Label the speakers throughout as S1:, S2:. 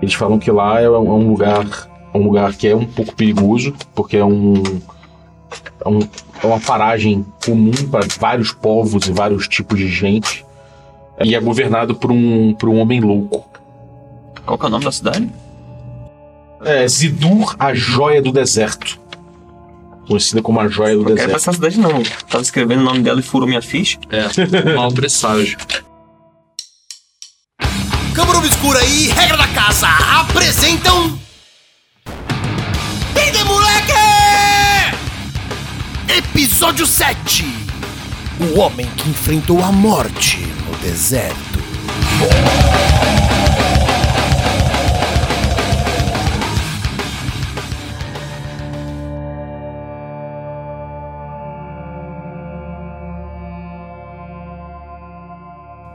S1: Eles falam que lá é um, é um lugar um lugar que é um pouco perigoso, porque é um, é, um- é uma paragem comum para vários povos e vários tipos de gente. E é governado por um, por um homem louco.
S2: Qual que é o nome da cidade?
S1: É Zidur, a joia do deserto. Conhecida como a joia do
S2: Não quero ir pra
S1: deserto.
S2: essa cidade, não. Tava escrevendo o nome dela e furou minha ficha.
S3: É, mal presságio.
S4: Câmara Obscura e Regra da Casa apresentam. Pide Moleque! Episódio 7: O homem que enfrentou a morte no deserto.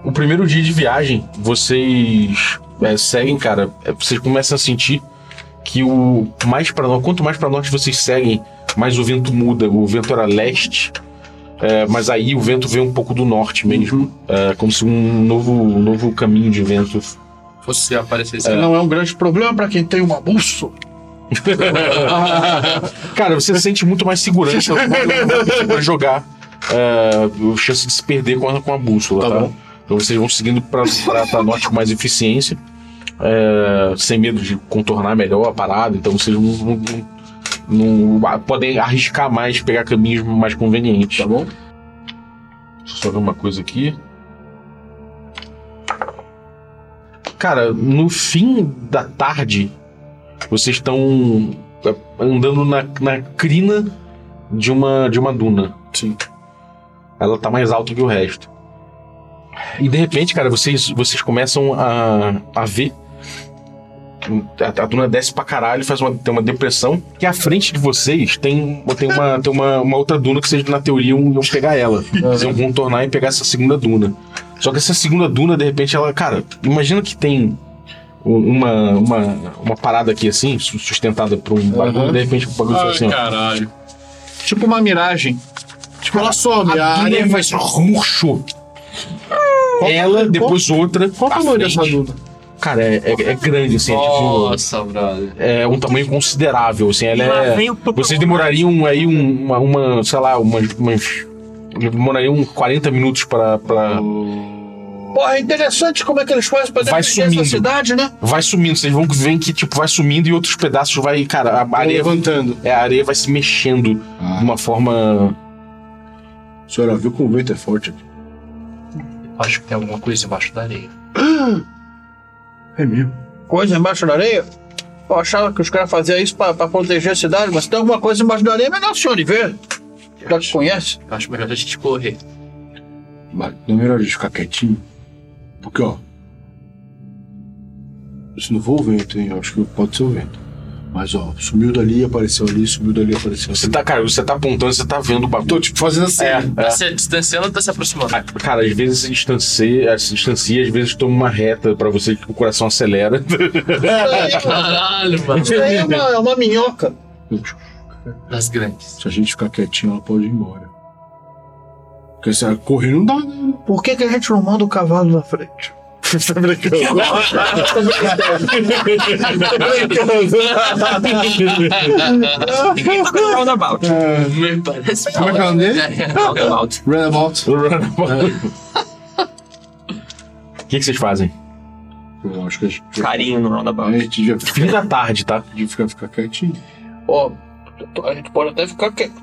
S1: O primeiro dia de viagem, vocês é, seguem, cara. é, Vocês começam a sentir que o mais para norte, quanto mais para norte vocês seguem, mais o vento muda. O vento era leste, é, mas aí o vento vem um pouco do norte mesmo, é, como se um novo, um novo caminho de vento.
S3: Você aparecesse. É.
S5: Não é um grande problema pra quem tem uma bússola.
S1: Cara, você se sente muito mais segurança para jogar. É, chance de se perder com a, com a bússola, tá?
S5: Tá bom.
S1: Então vocês vão seguindo para norte com mais eficiência, é, sem medo de contornar melhor a parada, então vocês não, não- não- não- ah, podem arriscar mais, pegar caminhos mais convenientes.
S5: Tá bom?
S1: Deixa eu só ver uma coisa aqui. Cara, no fim da tarde, vocês estão é, andando na, na crina de uma, de uma duna.
S5: Sim.
S1: Ela tá mais alta que o resto. E de repente, cara, vocês, vocês começam a, a ver. A, a duna desce pra caralho, faz uma, tem uma depressão. Que à frente de vocês tem, tem, uma, tem uma, uma outra duna que vocês, na teoria, iam, iam pegar ela. Vocês iam contornar e pegar essa segunda duna. Só que essa segunda duna, de repente, ela. Cara, imagina que tem um- uma, uma, uma parada aqui assim, su- sustentada por um bagulho,
S5: Aham.
S1: de repente o bagulho faz assim, ó.
S3: caralho.
S5: Tipo uma miragem. Tipo, ela some. A,
S1: A
S5: área
S1: Duna faz murcho. Ela, depois outra.
S5: Qual o
S1: à
S5: tamanho dessa
S1: frente.
S5: duna?
S1: Cara, é, é- é grande, assim. é tipo,
S3: Nossa, brother.
S1: é um tamanho considerável, assim. Ela
S2: Lá
S1: é.
S2: vem o papo-
S1: Vocês demorariam aí um- uma, uma, sei lá, umas. umas demorariam 40 minutos pra. pra-
S5: Porra, é interessante como é que eles fazem pra
S1: Vai
S5: defender
S1: sumindo.
S5: essa cidade, né?
S1: Vai sumindo, vocês vão ver que tipo, vai sumindo e outros pedaços vai. Cara, a
S5: Vai
S1: areia,
S5: levantando. Ah.
S1: é, a areia vai se mexendo de uma forma.
S5: Senhora, viu como o vento é forte aqui?
S3: Acho que tem alguma coisa embaixo da areia.
S5: É mesmo. Coisa embaixo da areia? Eu achava que os caras faziam isso pra, pra proteger a cidade, mas tem alguma coisa embaixo da areia, é melhor o senhor ir ver. Já que conhece.
S3: Eu acho melhor a gente correr.
S6: Mas não é melhor a gente ficar quietinho? Porque, ó. Se não for o vento, hein? Eu acho que pode ser o vento. Mas, ó, sumiu dali, apareceu ali, sumiu dali, apareceu
S1: Você
S6: ali.
S1: tá, cara, você tá apontando, você tá vendo o bagulho.
S6: Tô, tipo, fazendo assim.
S1: É,
S3: Tá
S1: é.
S3: se distanciando ou tá se aproximando?
S1: Ah, Cara, às vezes se distancia, se distancia, às vezes toma uma reta pra você que o coração acelera.
S5: Isso daí,
S3: Caralho, mano.
S5: isso daí é, uma, é uma minhoca.
S3: Das grandes.
S6: Se a gente ficar quietinho, ela pode ir embora. Porque se ela correr, não dá, né?
S5: Por que, que a gente não manda o cavalo na frente?
S6: Tá brincando.
S2: Ninguém tá com o Naval.
S3: Me parece
S6: Como é que é o nome dele?
S2: Roundabout.
S6: Runabout.
S1: O que, que vocês fazem?
S6: Eu acho que a gente.
S2: Carinho no
S6: A
S2: Roundabout.
S6: gente devia ficar,
S1: Fim da tarde, tá?
S6: devia ficar, ficar quietinho.
S5: Ó, a gente pode até ficar quieto.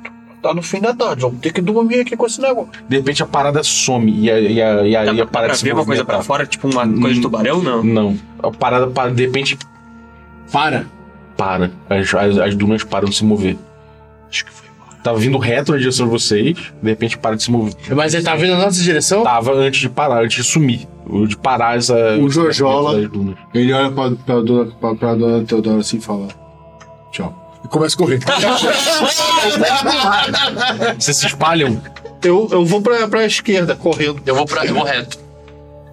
S5: Tá no fim da tarde, vamos ter que dormir aqui com esse negócio.
S1: De repente a parada some e a, e a, e a,
S2: Dá
S1: e a
S2: pra
S1: parada se
S2: ver uma coisa pra
S1: movimentar.
S2: fora, tipo uma coisa de tubarão? Não.
S1: Não. A parada, para, de repente,
S6: Para!
S1: para. As, as, as dunas param de se mover. Acho que foi embora. Tava vindo reto na direção de vocês, de repente para de se mover.
S5: Mas ele tá vindo na nossa direção?
S1: Tava antes de parar, antes de sumir. O De parar essa.
S6: O Jorjola.
S1: das dunas.
S6: Ele olha pra, pra, dona, pra, pra dona Teodora assim e fala: Tchau. E começa a correr.
S1: Vocês se espalham.
S5: Eu, eu vou pra, pra esquerda, correndo.
S3: Eu vou pra. Eu vou reto.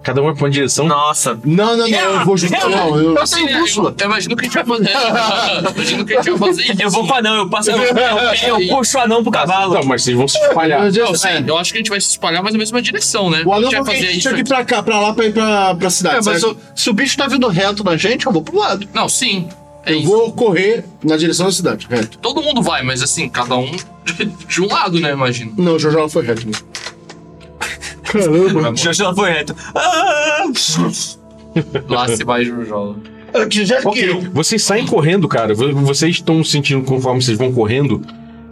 S1: Cada um vai pra uma direção.
S2: Nossa.
S6: Não, não, não, eu vou juntar. Não, eu.
S3: sei,
S5: né?
S3: eu, eu imagino o que a gente vai fazer. Eu imagino o que a gente vai fazer.
S2: Eu vou com o anão, eu passo. Eu, eu, eu puxo o anão pro cavalo.
S1: Tá, Não, mas vocês vão se espalhar.
S6: Mas eu-
S3: Não, sim, eu acho que a gente vai se espalhar mais na mesma direção, né?
S6: O
S3: a
S6: anão
S3: gente vai fazer
S6: tinha
S3: isso.
S6: que ir pra cá, pra lá, pra ir pra, pra cidade.
S5: É, mas
S6: certo?
S5: o- se o bicho tá vindo reto na gente, eu vou pro lado.
S3: Não, sim. É
S6: eu
S3: isso.
S6: vou correr na direção da cidade, reto.
S3: Todo mundo vai, mas assim, cada um de, de um lado, né? Imagino.
S6: Não, o Jojo foi reto. né? Caramba.
S2: Jojo ela foi reto. Ah!
S3: Lá se vai, Jojola.
S5: Eu quiser que.
S1: Ok, vocês saem correndo, cara. V- Vocês estão sentindo conforme vocês vão correndo,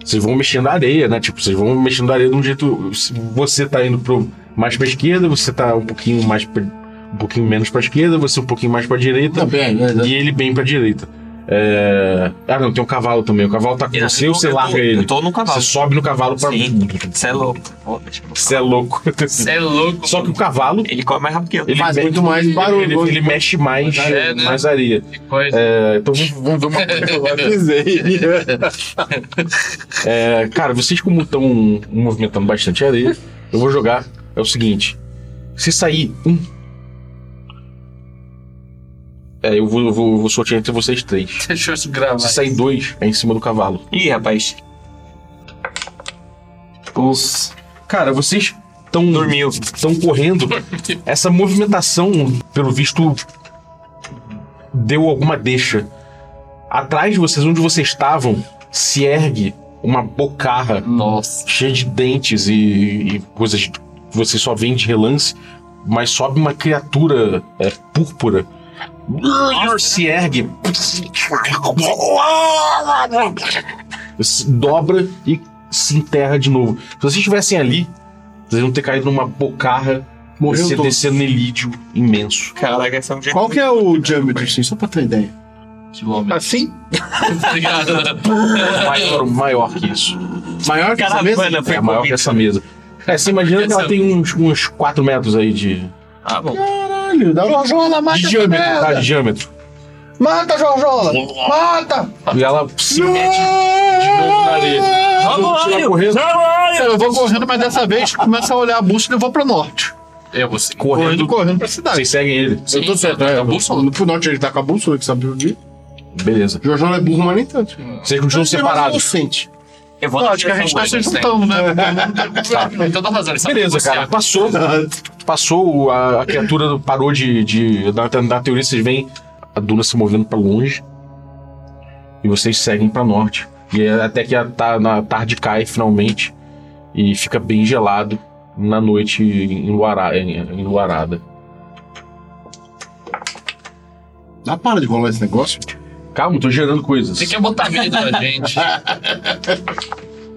S1: vocês vão mexendo na areia, né? Tipo, vocês vão mexendo na areia de um jeito. se Você tá indo pro, mais pra esquerda, você tá um pouquinho mais pra, um pouquinho menos pra esquerda, você um pouquinho mais pra direita.
S6: Também, né?
S1: E ele bem pra direita. É... Ah, não, tem um cavalo também. O cavalo tá com
S2: Eu
S1: você
S2: tô-
S1: ou você
S2: é eu tô-
S1: larga ele?
S2: Eu tô no
S1: Você
S2: cavalo.
S1: sobe no cavalo pra.
S2: Sim. Você é louco. Pô, deixa eu-
S1: Você é louco.
S3: Você é louco.
S1: Só que o cavalo.
S2: Ele corre mais rápido que eu.
S1: Ele
S6: Faz
S1: me-
S6: muito mais barulho. né?
S1: Ele, ele mexe mais,
S3: É, né?
S1: mais areia.
S3: Que coisa.
S1: É, então vamos, vamos ver uma É, cara, vocês como estão movimentando bastante areia, eu vou jogar. É o seguinte: se sair um. É, eu vou, eu vou, eu vou sortear entre vocês três.
S3: Deixa eu isso gravar.
S1: Se sair dois, é em cima do cavalo.
S2: Ih, rapaz. Ups.
S1: Cara, vocês estão.
S2: Dormiu.
S1: Estão correndo. Essa movimentação, pelo visto, deu alguma deixa. Atrás de vocês, onde vocês estavam, se ergue uma bocarra
S3: Nossa.
S1: cheia de dentes e, e coisas que você só vê de relance, mas sobe uma criatura é, púrpura. Se ergue. Se Dobra e se enterra de novo. Se vocês estivessem ali, vocês iam ter caído numa bocarra
S6: Morreu
S1: e se
S6: todo.
S1: descer nelídeo imenso.
S2: Caraca, esse é um jeito.
S6: Qual que é o diâmetro, assim, só pra ter ideia?
S3: Quilômetro.
S5: Assim?
S3: Obrigado.
S1: Maior, maior que isso.
S6: Maior que essa mesa?
S2: Caravana, foi
S1: é maior que
S2: convite.
S1: essa mesa. É, você imagina que ela tem uns, uns 4 metros aí de,
S2: Ah, bom.
S6: Caralho, dá um uma...
S5: Jorjola, mata
S1: de
S5: essa
S1: diâmetro.
S5: merda.
S1: Tá, de diâmetro.
S5: Mata, Jorjola! Mata!
S1: E ela
S5: É
S1: se mete de novo na areia. Vamos tirar correndo,
S5: Eu vou correndo, mas dessa vez começa a olhar a bússola e eu vou pro norte.
S3: Eu vou seguir.
S5: Correndo,
S1: correndo.
S5: correndo pra cidade.
S1: Vocês seguem ele.
S3: Sim,
S6: eu tô certo,
S3: tá
S6: é.
S3: com a bússola.
S6: Pro norte ele tá com a bússola, que sabe o dia.
S1: Beleza.
S6: Jojo não é burro, mas nem tanto. é
S1: Vocês continuam separados.
S6: Sente.
S2: Eu vou
S5: Não,
S2: na
S5: acho que a gente tá se
S2: direção dele.
S5: juntando, né?
S3: Tem toda razão. ele Então tá sabe
S1: Beleza,
S3: que você
S1: cara.
S3: é.
S1: Passou. tá
S6: Ah,
S1: Passou, a, a criatura parou de. de na, na teoria, vocês veem a Duna se movendo pra longe. E vocês seguem pra norte. E é até que a, ta- na tarde cai finalmente. E fica bem gelado na noite enluara- en- enluarada.
S6: Dá para de rolar esse negócio.
S1: Calma, tô gerando coisas.
S3: Você quer botar medo na gente?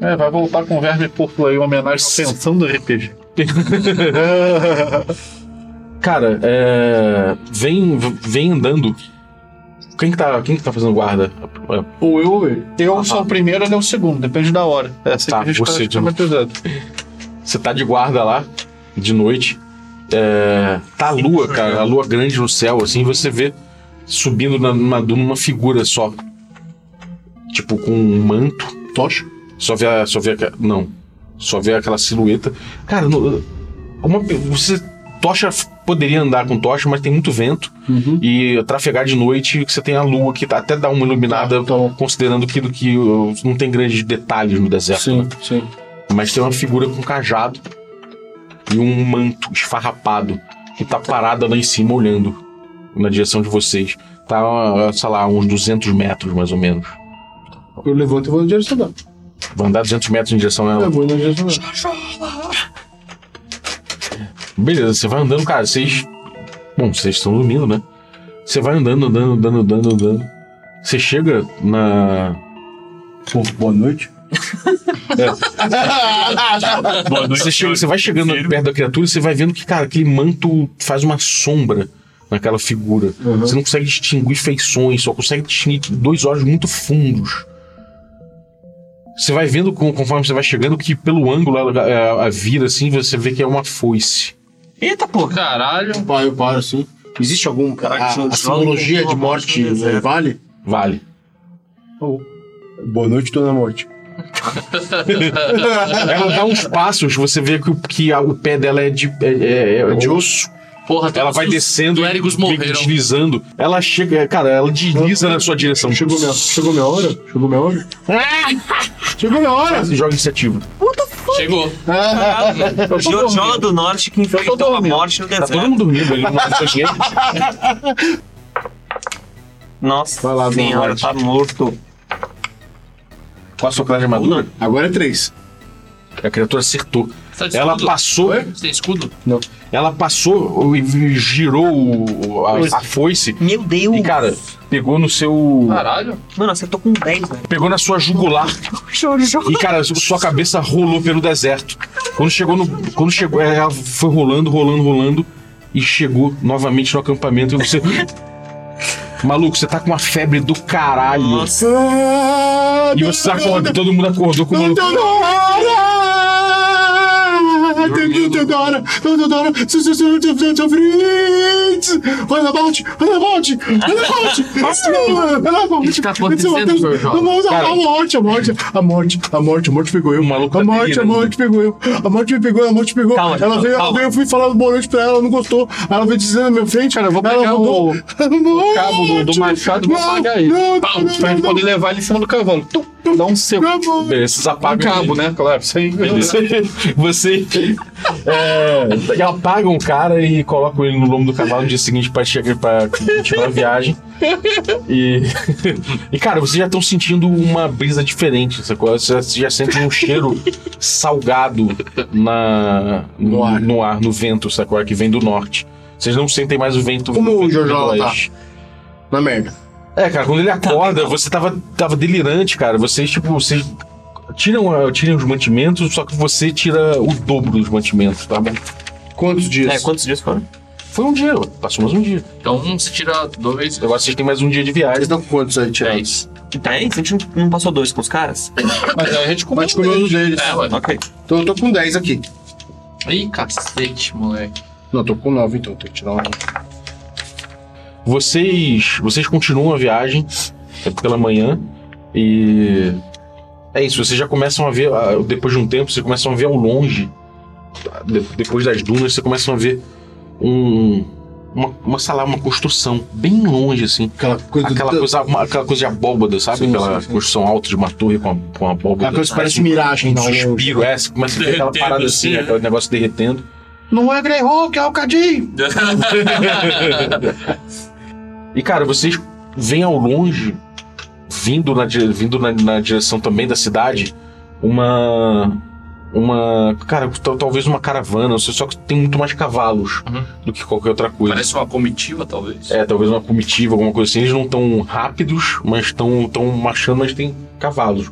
S5: É, vai voltar com o verme púrpura aí, uma homenagem à tensão do RPG.
S1: Cara, é... vem, vem andando. Quem que, tá, quem que tá fazendo guarda?
S6: Ou eu ou ele.
S5: Eu sou o primeiro, ele é o segundo, depende da hora. É assim
S1: Tá,
S5: que a gente
S1: você
S5: tá
S1: de novo.
S5: esquematizando.
S1: Você tá de guarda lá, de noite. É... Tá a lua, cara, a lua grande no céu, assim, você vê subindo na, numa duna uma figura só. Tipo, com um manto.
S6: Tocha.
S1: Só vê a, só vê a, não, só vê aquela silhueta. Cara, no- uma pe- você tocha f- poderia andar com tocha, mas tem muito vento
S6: Uhum.
S1: e trafegar de noite você tem a lua que tá, até dá uma iluminada,
S6: Tá, tá bom.
S1: considerando que do que uh, não tem grandes detalhes no deserto. né?
S6: Sim, sim.
S1: Mas tem uma figura com cajado e um manto esfarrapado que tá parada lá em cima olhando na direção de vocês. Tá, uh, sei lá, uns 200 metros mais ou menos.
S6: Eu levanto e vou na direção dela.
S1: Vai andar 200 metros em direção a ela.
S6: Eu vou na direção dela.
S1: Beleza, você vai andando, cara. Vocês. Bom, vocês estão dormindo, né? Você vai andando, andando, andando, andando, andando. Você chega na.
S6: Pô, boa noite.
S2: Boa
S1: É.
S2: noite,
S1: Você, chega,
S2: senhores.
S1: você vai chegando perto da criatura e você vai vendo que, cara, aquele manto faz uma sombra naquela figura.
S6: Uhum.
S1: Você não consegue distinguir feições, só consegue distinguir dois olhos muito fundos. Você vai vendo com- conforme você vai chegando que pelo ângulo ela, ela- ela vira assim, você vê que é uma foice.
S2: Eita, porra.
S3: Caralho.
S6: Eu paro, eu paro, assim. Existe algum...
S2: Caraca,
S6: a,
S2: Jojo
S6: a simbologia
S2: encontrou uma
S6: de morte
S2: morte no deserto.
S6: eh, vale? Oh,
S1: Vale.
S6: Boa noite, dona morte.
S1: Ela dá uns passos, você vê que, o- que a- o pé dela é de, é, é- é de osso.
S3: Porra,
S1: Ela vai descendo,
S3: Uhum. clérigos
S1: meio que
S3: morreram.
S1: deslizando. Ela chega, cara, ela desliza na sua direção.
S6: Chegou minha, chegou minha hora? Chegou minha hora? Chegou minha hora!
S1: E joga iniciativa.
S3: Chegou.
S2: Jo- Jola do Norte que enfrentou a
S5: dormindo.
S2: morte no
S1: Tá todo
S2: deserto.
S1: mundo dormindo ali, não tá ninguém.
S2: Nossa
S6: Vai lá, do
S2: senhora,
S6: Norte.
S2: tá morto.
S1: Qual a sua classe de armadura?
S6: Agora é três.
S1: A criatura acertou.
S3: Você tá de
S1: Ela
S3: escudo?
S1: passou,
S3: Você tem escudo?
S1: ela passou e e girou o- a, a foice
S2: Meu Deus.
S1: e, cara, pegou no seu.
S3: Ah, Caralho.
S2: Mano, acertou com 10, velho.
S1: Pegou na sua jugular E, cara, sua cabeça rolou pelo deserto. Quando chegou no. Quando chegou. Ela foi rolando, rolando, rolando. E chegou novamente no acampamento. E você. Maluco, você tá com uma febre do caralho.
S2: Nossa.
S1: E
S6: tá
S1: você acordou, todo mundo acordou com o maluco.
S6: Deu da hora! Deu- Deu da hora! Deu da hora! Seus- seus- seus- seus- seus- seus friends! Olha a balde! Olha a balde! Olha a balde! Olha a balde!
S3: O que tá acontecendo, seu Jorge?
S6: Vamos a
S1: Cara.
S6: a morte, a morte, a morte, a morte, a morte pegou eu.
S1: O maluco tá
S6: a morte, a
S1: delirando.
S6: morte pegou eu. A morte me pegou, a morte pegou.
S2: Calma,
S6: ela
S2: calma,
S6: veio, ela
S2: calma.
S6: veio, eu fui falar boa noite pra ela, ela não gostou. Ela veio dizendo na minha frente,
S5: Cara, eu vou pegar
S6: ela
S5: o,
S6: mudou.
S5: o
S6: O
S5: cabo do, do machado e vou apagar ele.
S6: Não,
S5: Pau,
S6: não, não,
S5: pra gente
S6: não,
S5: poder levar ele em cima do cavalo. Tum, tum, dá um seco.
S6: não, não.
S1: Beleza, vocês
S5: Um
S1: apagam.
S5: cabo, né, claro. Sem,
S1: Você, você é, apagam o cara e colocam ele no lombo do cavalo no dia seguinte pra chegar pra continuar a viagem. E, e cara, vocês já estão sentindo uma brisa diferente, sacou? Você já- você já sente um cheiro salgado na, no,
S6: No
S1: no
S6: ar.
S1: ar. no vento, sacou? Que vem do norte. Vocês não sentem mais o vento.
S6: Como
S1: o
S6: o Jojola tá? Na merda.
S1: é, cara, quando ele acorda, você tava, tava delirante, cara. Vocês, tipo, vocês tiram, ah, tiram os mantimentos, só que você tira o dobro dos mantimentos, tá bom?
S6: Quantos dias?
S2: É, quantos dias foram?
S1: Foi um dia, passou mais um dia.
S3: Então um você tira dois.
S1: Agora vocês têm mais um dia de
S6: Eles
S1: viagem.
S6: estão com quantos aí, Thiago?
S3: Dez.
S2: 10? A gente não- não passou dois com os caras?
S5: Mas a gente comeu.
S6: Mas comeu um deles.
S3: É, ué.
S2: É, Ok.
S6: Então eu tô com 10 aqui.
S3: Ih, cacete, moleque.
S6: Não, eu tô com 9, então tem que tirar um.
S1: Vocês, vocês continuam a viagem é pela manhã e é isso. Vocês já começam a ver ah, depois de um tempo, vocês começam a ver ao longe, ah, de- depois das dunas, vocês começam a ver um uma, uma sei lá, uma construção bem longe assim.
S6: Aquela coisa.
S1: Aquela
S6: da-
S1: coisa, uma- aquela coisa de abóbada, sabe?
S6: Sim,
S1: aquela
S6: sim, sim.
S1: construção alta de uma torre com, a- com uma abóbada.
S6: Aquela coisa que parece
S1: um
S6: miragem, não.
S1: suspiro, é, você começa a ver aquela
S3: Derretendo,
S1: parada assim,
S3: assim, né?
S1: aquele negócio derretendo.
S5: Não é Greyhawk, é Alcadim.
S1: E, cara, vocês veem ao longe, vindo na, dire- vindo na, na direção também da cidade, uma. Uma. Cara, tal- talvez uma caravana, não sei, só que tem muito mais cavalos
S3: Uhum.
S1: do que qualquer outra coisa.
S3: Parece uma comitiva, talvez.
S1: É, talvez uma comitiva, alguma coisa assim. Eles não tão rápidos, mas tão, tão marchando, mas tem cavalos.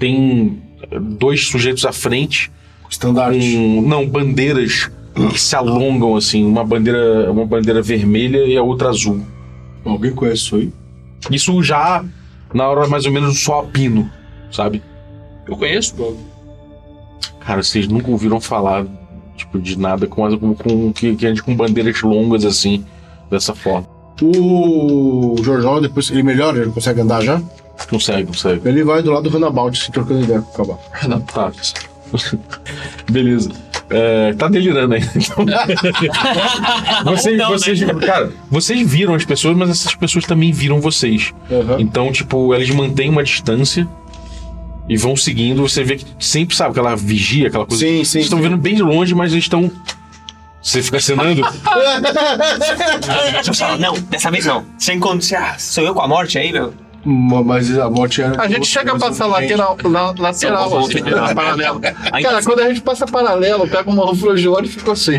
S1: Tem eh, dois sujeitos à frente
S6: Estandarte.
S1: com não bandeiras que se alongam assim, uma bandeira, uma bandeira vermelha e a outra azul.
S6: Alguém conhece isso aí?
S1: Isso já na hora mais ou menos do sol a pino, sabe?
S3: Eu conheço, bro.
S1: Cara, vocês nunca ouviram falar tipo de nada com as- com, com que, que ande com bandeiras longas assim dessa forma.
S6: O Jorjó, depois ele melhora, ele consegue andar já.
S1: Não segue, não segue.
S6: Ele vai do lado do Ranabalt, se trocando ideia com o Cabal.
S1: Tá. Beleza. É, tá delirando ainda. Então... vocês,
S2: Não, né?
S1: vocês, cara, vocês viram as pessoas, mas essas pessoas também viram vocês.
S6: Aham.
S1: Então, tipo, eles mantêm uma distância e vão seguindo. Você vê que sempre sabe aquela vigia, aquela coisa.
S6: Sim, sim.
S1: Eles estão vendo bem de longe, mas eles estão. Você fica acenando?
S2: Deixa eu falar, não, dessa vez não. Sem quando você. Ah, sou eu com a morte aí, meu?
S6: Ma- Mas a morte era.
S5: A gente chega a passar lateral, la, lateral,
S3: Eu vou
S5: assim,
S3: fazer.
S5: na paralela.
S2: Aí-
S5: Cara, quando a gente passa paralelo, pega uma flor e fica assim.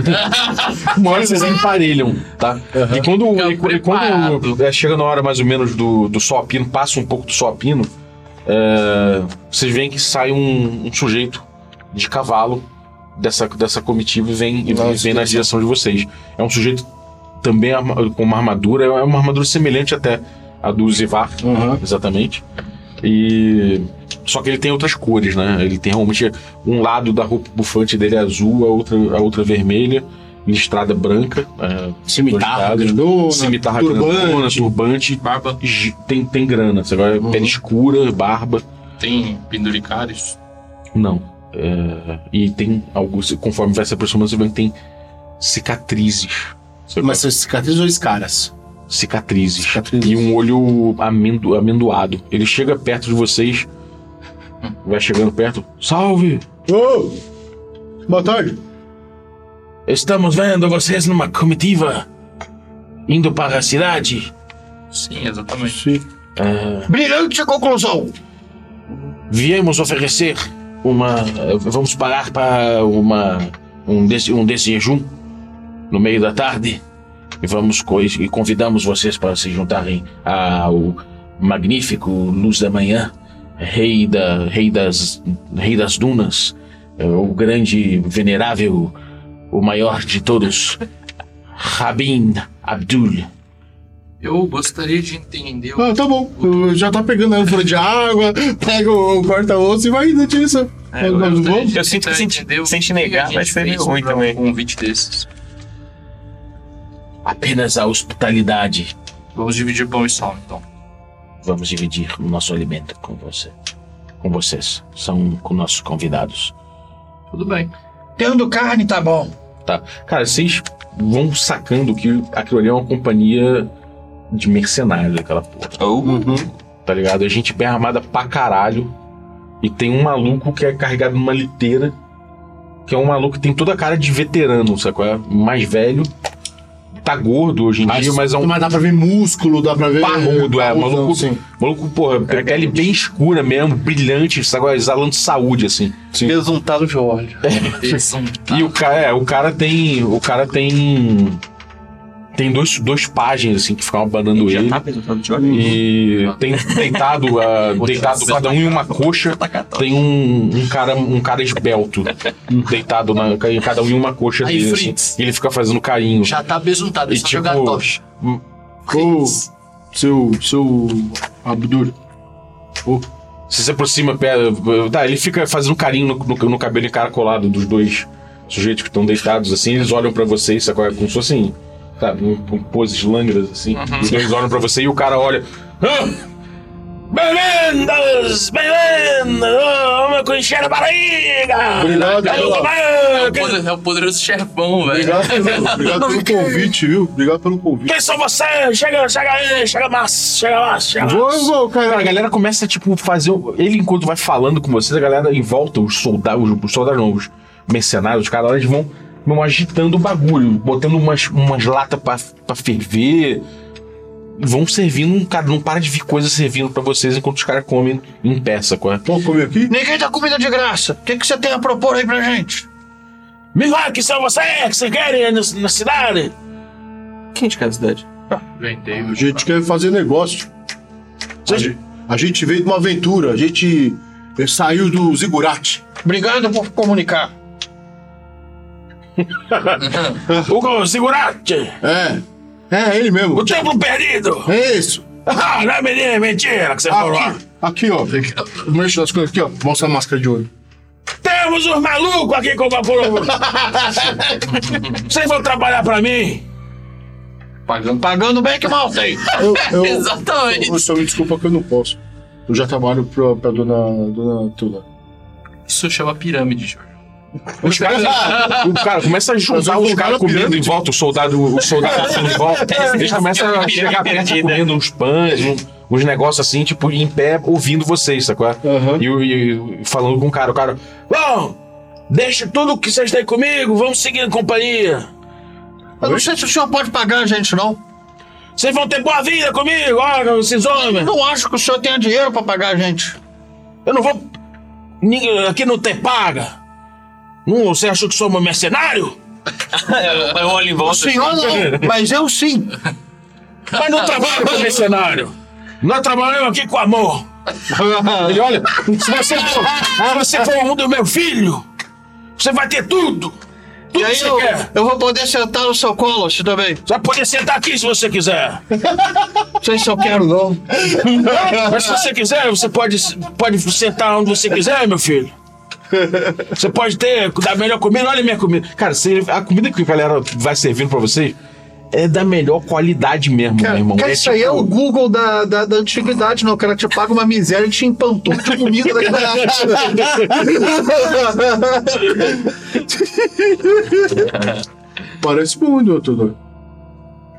S1: Uma hora vocês emparelham, tá? E quando,
S3: Fica
S1: e qu- e quando
S3: preparado.
S1: é, chega na hora mais ou menos do, do sol a pino, passa um pouco do sol a pino, é, vocês veem que sai um, um sujeito de cavalo dessa, dessa comitiva e vem, e vem-
S6: Nossa,
S1: vem na direção de vocês. É um sujeito também arma- com uma armadura, é uma armadura semelhante até à do Zivar,
S6: Aham.
S1: exatamente. E. Só que ele tem outras cores, né? Ele tem realmente um lado da roupa bufante dele é azul, a outra, a outra vermelha, listrada branca, é,
S6: Cimitarra,
S1: Dois
S6: grandona.
S1: cimitarra
S6: turbante.
S1: grandona, turbante,
S3: Barba.
S1: gi- tem, tem grana, você vai
S6: Uhum.
S1: pele escura, barba.
S3: Tem penduricários.
S1: Não. É, e tem alguns, conforme vai se aproximando, você vê que tem cicatrizes Seu
S6: Mas são cicatrizes ou escaras?
S1: cicatrizes,
S6: Cicatrizes.
S1: e um olho amendo, amendoado. Ele chega perto de vocês, vai chegando perto. Salve!
S6: Ô! Boa tarde.
S1: Estamos vendo vocês numa comitiva indo para a cidade.
S3: Sim, exatamente.
S5: Brilhante conclusão.
S1: Viemos oferecer uma. Vamos parar para uma um, des, um desse jejum no meio da tarde e vamos co- e convidamos vocês para se juntarem ao magnífico Luz da Manhã, rei da rei das rei das dunas, eh, o grande venerável, o maior de todos, Rabin Abdul.
S3: Eu gostaria de entender o
S6: Ah, tá bom. Eu já tá pegando a ânfora de água, pega o corta-osso e vai indo disso.
S3: É,
S6: Nós
S3: gostaria
S6: vamos?
S3: de
S2: Eu sinto que
S3: tentar
S2: se a gente-
S3: entender o
S2: se a gente
S3: que
S2: negar,
S3: gente
S2: vai ser meio
S3: fez
S2: ruim
S3: pra
S2: também.
S3: Um convite desses.
S1: Apenas a hospitalidade.
S3: Vamos dividir pão e sal, então.
S1: Vamos dividir o nosso alimento com você. Com vocês. São com nossos convidados.
S3: Tudo bem.
S5: Tendo carne, tá bom.
S1: Tá. Cara, vocês vão sacando que aquilo ali é uma companhia de mercenários, aquela porra. Tá ligado? É gente bem armada pra caralho. E tem um maluco que é carregado numa liteira. Que é um maluco que tem toda a cara de veterano, sacou? É mais velho. Tá gordo hoje em dia, mas é um
S6: mas dá pra ver músculo, dá pra ver.
S1: Parrudo, é,
S6: Parrudão,
S1: maluco.
S6: Sim.
S1: maluco, porra, tem pele bem escura mesmo, brilhante, sacou? Exalando saúde, assim.
S5: Resultado de óleo.
S3: Tá,
S1: E o cara, é, o cara tem. O cara tem. Tem dois, dois páginas, assim, que ficam abandonando ele.
S2: tá pensando de
S1: Uhum.
S2: olho?
S1: E
S7: Uhum.
S1: tem deitado, ah, deitado cada um
S7: tá
S1: em uma coxa. Tem um, um cara, um cara esbelto deitado na, em cada um em uma coxa
S7: Aí,
S1: dele. Assim,
S7: Fritz.
S1: e ele fica fazendo carinho.
S7: Já tá besuntado, é
S1: E
S7: só
S1: tipo- hum,
S7: jogar a tocha.
S6: Ô, seu. seu. Abdur.
S1: Você se aproxima, pera, tá, ele fica fazendo carinho no, no- no cabelo encaracolado dos dois sujeitos que estão deitados, assim, eles olham pra vocês, sacou? É Como se fossem, sabe, um- com poses lânguidas, assim. Os dois olham pra você e o cara olha. "Ah! Bem-vindos! Bem-vindos! oh, Vamos concher a barriga!
S6: Obrigado,
S1: Caiu
S6: pela-
S1: com
S3: É o,
S1: barriga!
S3: poder- é o poderoso chefão, velho.
S6: obrigado, pelo- obrigado pelo convite, viu? Obrigado pelo convite.
S1: Quem são vocês? Chega, chega aí! Chega mais! Chega mais! Chega
S6: Vou, vou,
S1: Cara, a
S6: cara.
S1: galera começa, tipo, fazer. o- Ele, enquanto vai falando com vocês, a galera em volta, os soldados, os soldados não, os mercenários, os caras, eles vão, vão agitando o bagulho, botando umas, umas latas pra, pra ferver. Vão servindo, cara, não para de vir coisa servindo pra vocês enquanto os caras comem em peça, qual é?
S6: Vamos comer aqui?
S5: Ninguém dá comida de graça. O que, que você tem a propor aí pra gente?
S1: Me fala que são vocês, que vocês querem aí na, na cidade?
S2: Quem de cada cidade?
S3: Vendei.
S6: A gente quer fazer negócio. A
S1: Vocês-
S6: gente, a gente veio de uma aventura, a gente eh, saiu do zigurate.
S5: Obrigado por comunicar.
S1: Hugo, segurate!
S6: É, é ele mesmo.
S1: O templo perdido!
S6: É isso.
S1: Ah, não é mentira, mentira que você falou!
S6: Aqui, aqui ó. Mexe nas coisas aqui, ó. Mostra a máscara de olho.
S1: Temos os malucos aqui com o vapor. Vocês vão trabalhar pra mim?
S3: Pagando
S5: Pagando bem que mal tem.
S6: Eu,
S3: Então,
S6: eu,
S3: é
S7: Exatamente.
S6: eu só me desculpa que eu não posso. Eu já trabalho pra, pra dona, dona Tula.
S3: Isso chama pirâmide, Jorge.
S1: Os caras, o cara começa a
S6: Mas
S1: juntar
S6: eu
S1: os
S6: vou
S1: caras
S6: na
S1: comendo em
S6: pirâmide.
S1: volta, o soldado, o soldado passando em volta. Eles começam a chegar perto comendo uns pães, um- uns negócios assim, tipo, em pé, ouvindo vocês, sacou?
S6: Aham.
S1: E, o- e o- falando com o cara, o cara. Bom, deixa tudo que vocês têm comigo, vamos seguir a companhia.
S5: Eu não sei se o senhor pode pagar a gente, não.
S1: Vocês vão ter boa vida comigo, olha, esses homens.
S5: Não acho que o senhor tenha dinheiro pra pagar a gente.
S1: Eu não vou. Ninguém- Aqui não tem paga. Não, você achou que sou um mercenário?
S3: É,
S2: Eu olho em
S5: O
S2: volta.
S5: senhor não, mas eu sim.
S1: Mas não trabalho com mercenário. Nós trabalhamos aqui com amor. Ele olha, se você for, se você for um do meu filho, você vai ter tudo. Tudo
S5: E
S1: que
S5: aí
S1: você
S5: eu,
S1: quer.
S5: eu vou poder sentar no seu colo, se também.
S1: Você vai poder sentar aqui se você quiser.
S5: Não sei se eu quero, não.
S1: Mas se você quiser, você pode, pode sentar onde você quiser, meu filho. Você pode ter da melhor comida. Olha a minha comida. Cara, se- a comida que a galera vai servindo pra você é da melhor qualidade mesmo, meu irmão. tipo,
S5: Cara, isso aí é o
S6: tipo-
S5: Google da, da, da antiguidade, não. O cara te paga uma miséria e te empantou de comida daquela.
S6: Parece bom, dona Tula.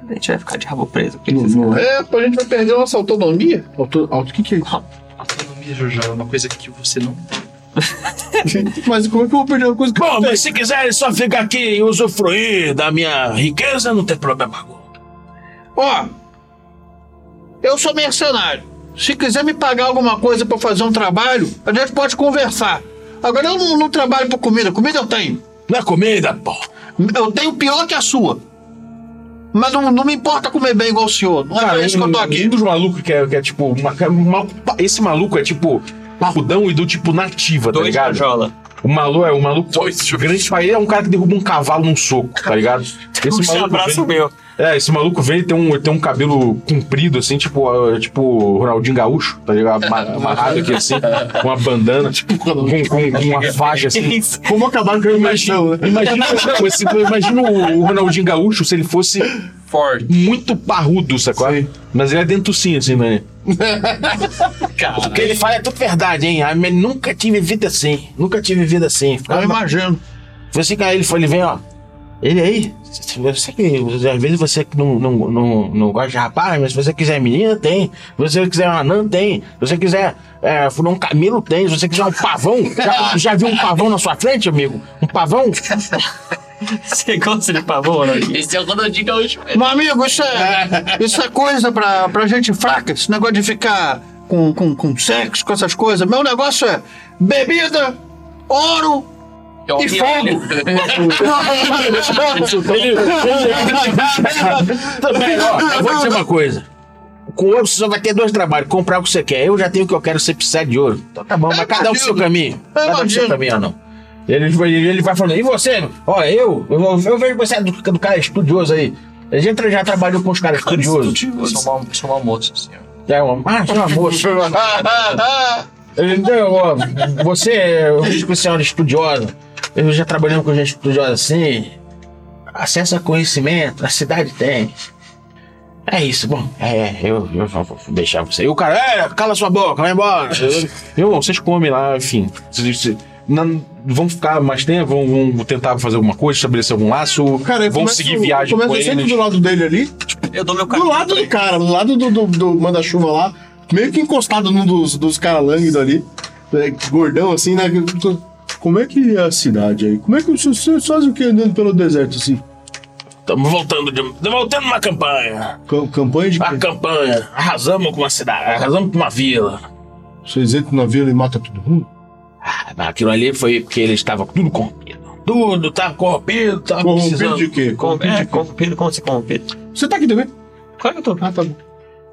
S2: A gente vai ficar de rabo preso. porque
S6: Não,
S2: vocês-
S6: não é.
S5: É, pô, a gente vai perder a nossa autonomia.
S6: Auto, auto, que que é isso?
S7: Autonomia, Jorjão, é uma coisa que você não tem.
S6: Mas como é que eu vou perder uma coisa que
S1: Bom,
S6: eu tenho?
S1: mas se quiserem só ficar aqui e usufruir da minha riqueza, não tem problema algum.
S5: Ó, eu sou mercenário. Se quiser me pagar alguma coisa pra fazer um trabalho, a gente pode conversar. Agora eu não, não trabalho por comida, comida eu tenho.
S1: Na é comida, pô.
S5: Eu tenho pior que a sua. Mas não, não me importa comer bem igual o senhor. Não é pra isso que eu tô aqui.
S1: Um dos malucos que é, que é tipo. ma- ma- esse maluco é tipo. Parrudão e do tipo nativa, tá
S2: Dois
S1: ligado?
S2: cajola.
S1: O maluco é o maluco. o grande pra ele é um cara que derruba um cavalo num soco, tá ligado?
S2: Puxa, um abraço
S1: vem,
S2: meu.
S1: É, esse maluco vem e tem um, ele tem um cabelo comprido, assim, tipo, ah, tipo Ronaldinho Gaúcho, tá ligado? Ama- Amarrado aqui assim, com uma bandana, tipo, com, com- com uma faixa assim.
S2: Isso.
S6: Como acabaram com a imaginação, né?
S1: Imagina, não, esse- imagina o, o Ronaldinho Gaúcho se ele fosse
S3: Forte.
S1: muito parrudo, sacou? Mas ele é dentucinho, assim, né? O
S3: Cara,
S1: que ele fala é tudo verdade, hein? Ah, mas nunca tive vida assim. Nunca tive vida assim.
S5: Eu
S2: Ah,
S1: Ficava
S5: imagino.
S1: Você que aí ele foi, ele vem, ó. Ele aí, você que. Às vezes você que não, não, não, não gosta de rapaz, mas se você quiser menina, tem. Se você quiser um anã, tem. Se você quiser é, furar um camelo, tem. Se você quiser um pavão, já, já viu um pavão na sua frente, amigo? Um pavão?
S2: Você gosta de pavão, né?
S3: esse é o Ronaldinho Gaúcho. velho.
S5: Meu amigo, isso é, isso é coisa pra, pra gente fraca. Esse negócio de ficar com, com, com sexo, com essas coisas. Meu negócio é bebida, ouro
S3: É o
S5: e
S3: Ronaldinho.
S5: fogo.
S1: Também, ó, eu vou dizer uma coisa. Com ouro você só vai ter dois trabalhos, comprar o que você quer. Eu já tenho o que eu quero, você precisa de ouro. Então tá bom, mas cada um pro seu caminho. Cada um pro seu caminho, não. Ele, vai- ele vai falando, e você? Ó, eu, eu, eu vejo que você é do, do cara estudioso aí. A gente já trabalhou com os caras estudiosos.
S7: Sou uma, sou uma moça,
S3: assim,
S7: senhor.
S1: É uma, ah, é uma moça.
S3: Ah,
S1: Então, ó, você, eu vejo que você é uma estudiosa. Eu já trabalhei com gente estudiosa assim. Acesso a conhecimento, a cidade tem. É isso, bom. É, eu, eu vou vou deixar você. E o cara, é, cala sua boca, vai embora. Meu irmão, vocês comem lá, enfim. Vocês- vocês- não- vão ficar mais tempo, vão, vão tentar fazer alguma coisa, estabelecer algum laço,
S6: Cara, eu
S1: vão
S6: começo-
S1: seguir viagem
S6: começo
S1: com né? eles.
S6: sempre do lado dele ali,
S2: Eu dou meu
S6: do
S2: carro.
S6: lado do cara, do lado do, do, do manda-chuva lá, meio que encostado num dos, dos caras lânguidos ali, né, gordão assim, né? Como é que é a cidade aí? Como é que vocês vocês fazem o que andando pelo deserto assim?
S1: Estamos voltando de, voltando uma campanha.
S6: Cam- Campanha de
S1: A
S6: quê?
S1: campanha. Arrasamos com uma cidade, arrasamos com uma vila.
S6: Vocês entram na vila e matam todo mundo?
S1: Mas Aquilo ali foi porque ele estava tudo corrompido. Tudo tava corrompido, tava
S6: Corrompido
S1: Tá precisando.
S6: de quê?
S2: Com,
S6: Corrompido
S2: é,
S6: de quê?
S2: corrompido, como você corrompido?
S6: Você tá aqui também?
S2: Claro que eu tô.
S6: Ah, tá bom.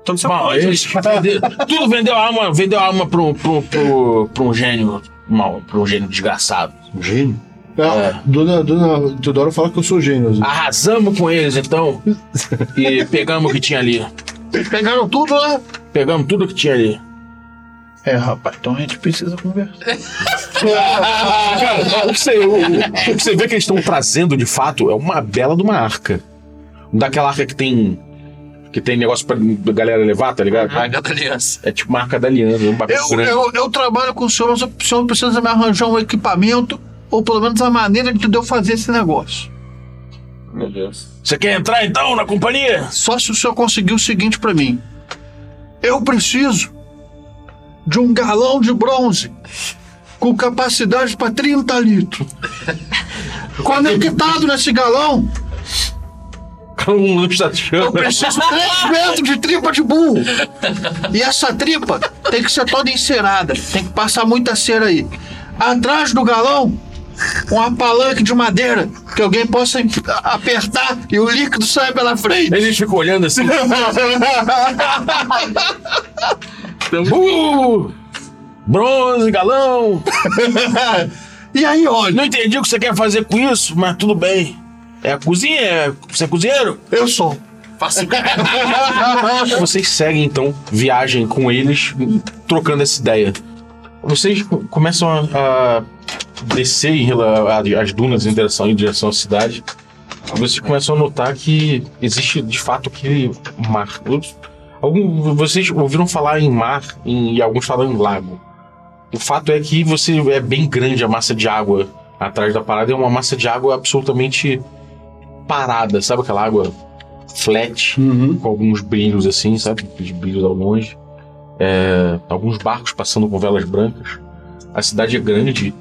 S2: Tô no seu
S1: Bom,
S2: pau, gente.
S1: eles venderam- tudo vendeu a alma, vendeu a alma pra um, pra um, pra um- pra um gênio mal, pra um gênio desgraçado.
S6: Um gênio? Ah, dona, dona Teodoro fala que eu sou gênio. às vezes.
S1: Arrasamos com eles então e pegamos o que tinha ali.
S5: Pegaram tudo, né?
S1: Pegamos tudo que tinha ali.
S5: É, rapaz, então a gente precisa conversar.
S1: Cara, o que você, o- o que você vê que eles estão trazendo de fato é uma bela de uma arca. Daquela arca que tem. Que tem negócio pra galera levar, tá ligado?
S3: Ah, gata aliança.
S1: É tipo uma arca da aliança, um bagulho
S5: Eu,
S1: grande.
S5: eu, eu trabalho com o senhor, mas o senhor precisa me arranjar um equipamento, ou pelo menos a maneira de eu fazer esse negócio.
S3: Meu Deus.
S1: Você quer entrar então na companhia?
S5: Só se o senhor conseguir o seguinte pra mim: eu preciso de um galão de bronze com capacidade pra 30 litros. Conectado nesse galão,
S1: Um lanche da
S5: eu
S1: chama.
S5: preciso 3 metros de tripa de burro. E essa tripa tem que ser toda encerada, tem que passar muita cera aí. Atrás do galão, uma palanque de madeira que alguém possa em- a- apertar e o líquido sai pela frente.
S1: Ele fica olhando assim. Uh, bronze, galão.
S5: E aí, olha.
S1: Não entendi o que você quer fazer com isso, mas tudo bem. É a cozinha? É... Você é cozinheiro?
S5: Eu sou.
S3: Faço
S1: Vocês seguem então viagem com eles, trocando essa ideia. Vocês co- começam a, a descer em rela- a- as dunas em direção, em direção à cidade. Vocês começam a notar que existe de fato aquele mar. Algum, vocês ouviram falar em mar em- e alguns falam em lago. O fato é que você é bem grande a massa de água atrás da parada. É uma massa de água absolutamente parada, sabe aquela água flat, com alguns brilhos assim, sabe? Aqueles brilhos ao longe. É, alguns barcos passando com velas brancas. A cidade é grande,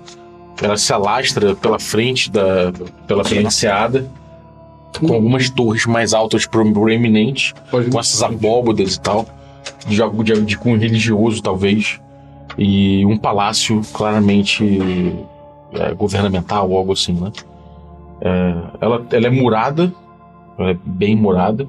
S1: ela se alastra pela frente da. pela penseada, com algumas torres mais altas pro- proeminentes,
S6: Pode
S1: com essas abóbodas e tal, de, algo- de, de cunho religioso talvez, e um palácio claramente é, governamental ou algo assim, né? É, ela, ela é murada, ela é bem murada,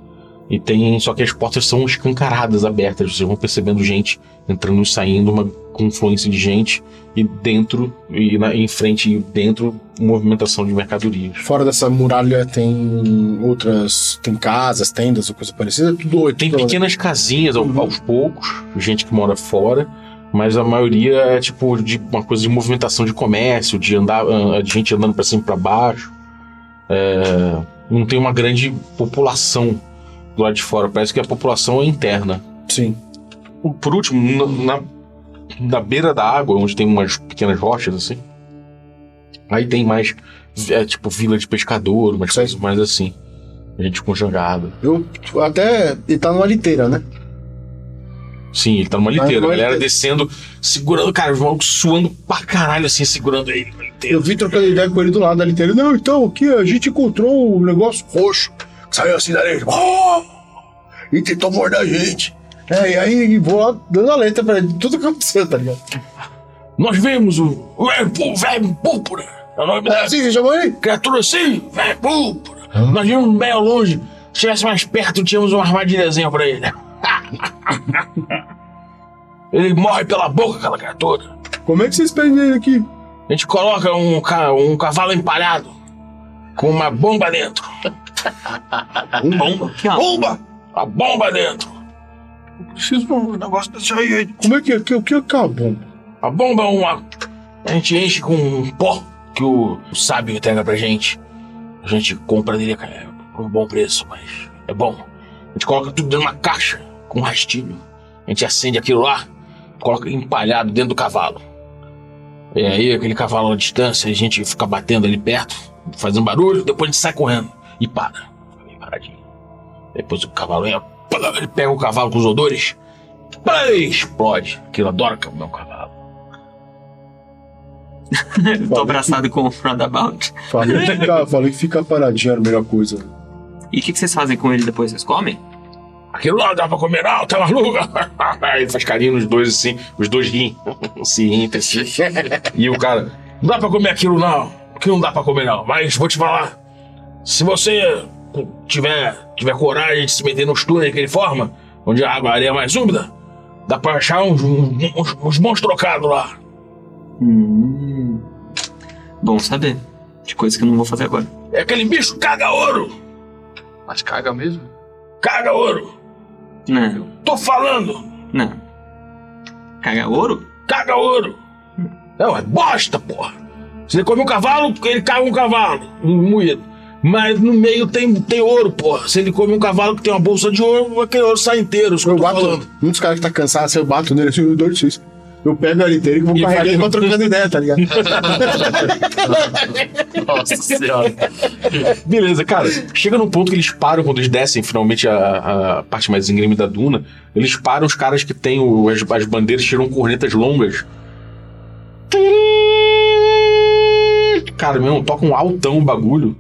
S1: e tem. Só que as portas são escancaradas, abertas, vocês vão percebendo gente entrando e saindo, uma confluência de gente, e dentro, e na- em frente e dentro, movimentação de mercadorias.
S6: Fora dessa muralha tem outras. Tem casas, tendas ou coisa parecida. Tudo
S1: Tem
S6: tudo-
S1: pequenas casinhas ao-
S6: Então, Uhum.
S1: aos poucos, gente que mora fora, mas a maioria é tipo de uma coisa de movimentação de comércio, de andar, ah, de gente andando pra cima e pra baixo. É, não tem uma grande população do lado de fora, parece que a população é interna.
S6: Sim.
S1: O- Por último, na, na- na beira da água, onde tem umas pequenas rochas assim, aí tem mais é, tipo vila de pescador, umas
S6: Sim.
S1: coisas mais assim. Gente com jangada.
S6: Eu tipo, até. Ele tá numa liteira, né?
S1: Sim, ele tá numa liteira. A
S6: numa
S1: galera
S6: liteira.
S1: descendo, segurando, cara, os malucos suando pra caralho, assim, segurando ele na liteira.
S6: Eu vi trocando ideia com ele do lado da liteira. Não, então, aqui a gente encontrou um negócio roxo que saiu assim da areia. Oh! E tentou morder a gente. É, e aí vou lá dando a letra pra ele. Tudo que aconteceu, tá ligado?
S1: Nós vemos o o Verbo- Verbo Púrpura. É o nome da
S6: Assim, você chamou ele?
S1: criatura assim, Verbo Púrpura. Nós vimos bem ao longe. Se estivesse mais perto, tínhamos uma armadilhazinha pra ele. ele morre pela boca, aquela criatura.
S6: Como é que vocês prendem ele aqui?
S1: A gente coloca um, ca- um cavalo empalhado com uma bomba dentro.
S2: Bomba? Que
S1: Bomba! A bomba dentro.
S6: Preciso de um negócio desse aí. Como é que é? O que acabou?
S1: A bomba é uma. A gente enche com um pó que o o sábio entrega pra gente. A gente compra dele é, por um bom preço, mas é bom. A gente coloca tudo dentro de uma caixa com um rastilho. A gente acende aquilo lá, coloca empalhado dentro do cavalo. E aí, aquele cavalo à distância, a gente fica batendo ali perto, fazendo barulho, depois a gente sai correndo e para. Fica bem paradinho. Depois o cavalo entra, pá, ele pega o cavalo com os odores, pá, explode. Aquilo adora o meu um cavalo.
S2: Eu tô abraçado com o Roundabout.
S6: Falei que fica, falei que fica paradinho era a melhor coisa.
S2: E o que, que vocês fazem com ele depois? Vocês comem?
S1: Aquilo lá dá pra comer não, tá maluco? Ele faz carinho nos dois assim, os dois riem. Se riem entre si. E o cara, não dá pra comer aquilo não. Aquilo não dá pra comer não. Mas vou te falar, se você tiver, tiver coragem de se meter nos túneis daquele forma, onde a água a areia é mais úmida, dá pra achar uns, uns, uns bons trocados lá.
S2: Hum. Bom saber. De coisa que eu não vou fazer agora.
S1: É aquele bicho caga ouro,
S7: Mas caga mesmo?
S1: caga ouro.
S2: Não,
S1: Tô falando,
S2: não. Cagar Né. ouro?
S1: caga ouro. Não, é bosta, porra. Você come um cavalo, ele caga um cavalo, um moído. Mas no meio tem, tem ouro, porra. Se ele come um cavalo que tem uma bolsa de ouro, aquele ouro sai inteiro, isso que eu
S6: Eu
S1: tô
S6: bato.
S1: falando.
S6: Um dos caras que tá cansado, assim, eu bato nele assim, eu dou de suíço. Eu pego a liteira e vou
S1: E um
S6: carregar
S1: vai-
S6: ele pra trocando ideia, tá ligado?
S7: Nossa senhora.
S1: Beleza, cara. Chega num ponto que eles param quando eles descem finalmente a, a parte mais íngreme da duna. Eles param os caras que têm o- as, as bandeiras, tiram cornetas longas. Cara, mesmo, toca um altão o bagulho.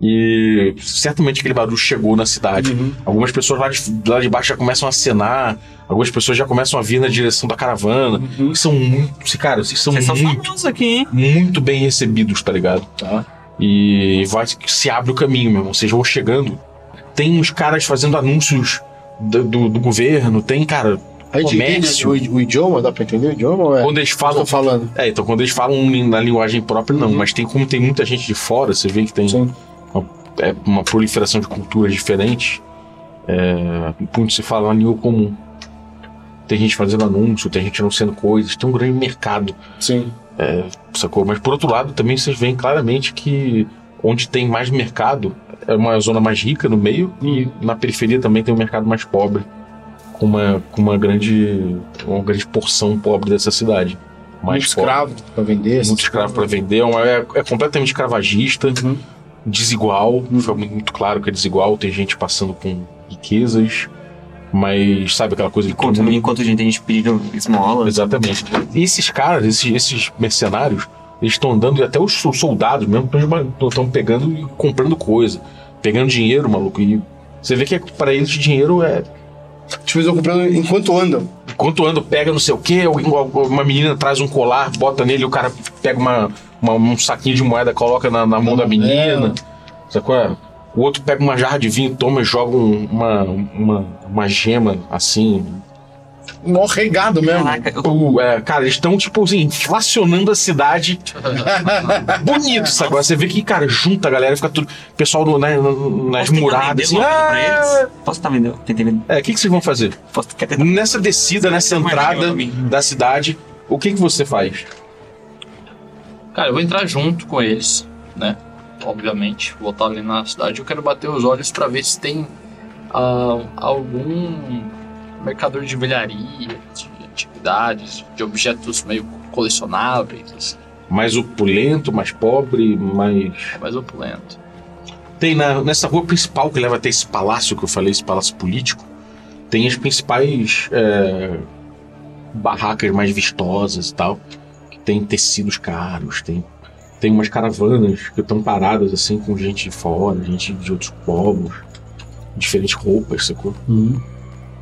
S1: E certamente aquele barulho chegou na cidade. Algumas pessoas lá de, lá de baixo já começam a acenar. Algumas pessoas já começam a vir na direção da caravana. São muito. Cara, vocês são
S2: Vocês são
S1: muito
S2: famosos aqui, hein?
S1: muito bem recebidos, tá ligado?
S6: Tá.
S1: E vai se abre o caminho, meu irmão. Vocês vão chegando. Tem os caras fazendo anúncios do, do- do governo, tem, cara.
S6: A gente entende
S1: Comércio.
S6: o, o idioma, dá pra entender o idioma? Ou é?
S1: Quando eles
S6: Vocês
S1: falam.
S6: tão falando.
S1: É, então quando eles falam na linguagem própria, não. Mas tem como tem muita gente de fora, você vê que tem
S6: Uhum. Sim.
S1: uma, é, uma proliferação de culturas diferentes. É, quando se fala uma língua comum. Tem gente fazendo anúncio, tem gente anunciando coisas, tem um grande mercado
S6: Sim.
S1: sacou? Mas por outro lado, também vocês veem claramente que onde tem mais mercado é uma zona mais rica no meio e na periferia também tem um mercado mais pobre, com uma, com uma grande uma grande porção pobre dessa cidade. Mais
S6: Muito
S1: pobre.
S6: escravo pra vender. Uhum.
S1: Muito escravo para vender, é, uma- é- é completamente escravagista. desigual. Foi muito, muito claro que é desigual. Tem gente passando com riquezas. Mas sabe aquela coisa de
S2: Enquanto, enquanto a gente tem gente pedindo esmola.
S1: Exatamente. E esses caras, esses, esses mercenários, eles estão andando, e até os so- soldados mesmo estão pegando e comprando coisa, pegando dinheiro, maluco. E você vê que para eles dinheiro é.
S6: Tipo, eles vão comprando enquanto andam.
S1: Enquanto anda, pega não sei o quê, alguém- uma menina traz um colar, bota nele, o cara pega uma, uma- um saquinho de moeda, coloca na, na mão da menina.
S6: dela.
S1: Sacou? É? O outro pega uma jarra de vinho, toma e joga um- uma, uma, uma gema assim,
S6: Mó regado mesmo.
S2: Caraca, eu
S1: Pô, é, cara, eles estão, tipo assim, inflacionando a cidade. Bonito, sabe? Agora você vê que, cara, junta a galera, fica tudo. Pessoal né, no- na- na- nas
S2: posso tentar
S1: muradas,
S2: vender
S1: assim.
S2: uma coisa pra
S1: Ah!
S2: eles? Posso tentar vender? Tentei vender.
S1: É, o que, que vocês vão fazer?
S2: Posso quer tentar.
S1: Nessa descida, nessa
S2: Uma
S1: entrada
S2: gema pra mim.
S1: da cidade, o que, que você faz?
S3: Cara, eu vou entrar junto com eles, né? Obviamente, vou estar ali na cidade. Eu quero bater os olhos pra ver se tem ah, algum mercador de velharia, de antiguidades, de objetos meio colecionáveis, assim,
S1: Mais opulento, mais pobre, mais.
S3: É mais opulento.
S1: Tem na, nessa rua principal que leva até esse palácio que eu falei, esse palácio político, tem as principais é, barracas mais vistosas e tal, que tem tecidos caros, tem, tem umas caravanas que estão paradas assim com gente de fora, gente de outros povos, diferentes roupas, sacou?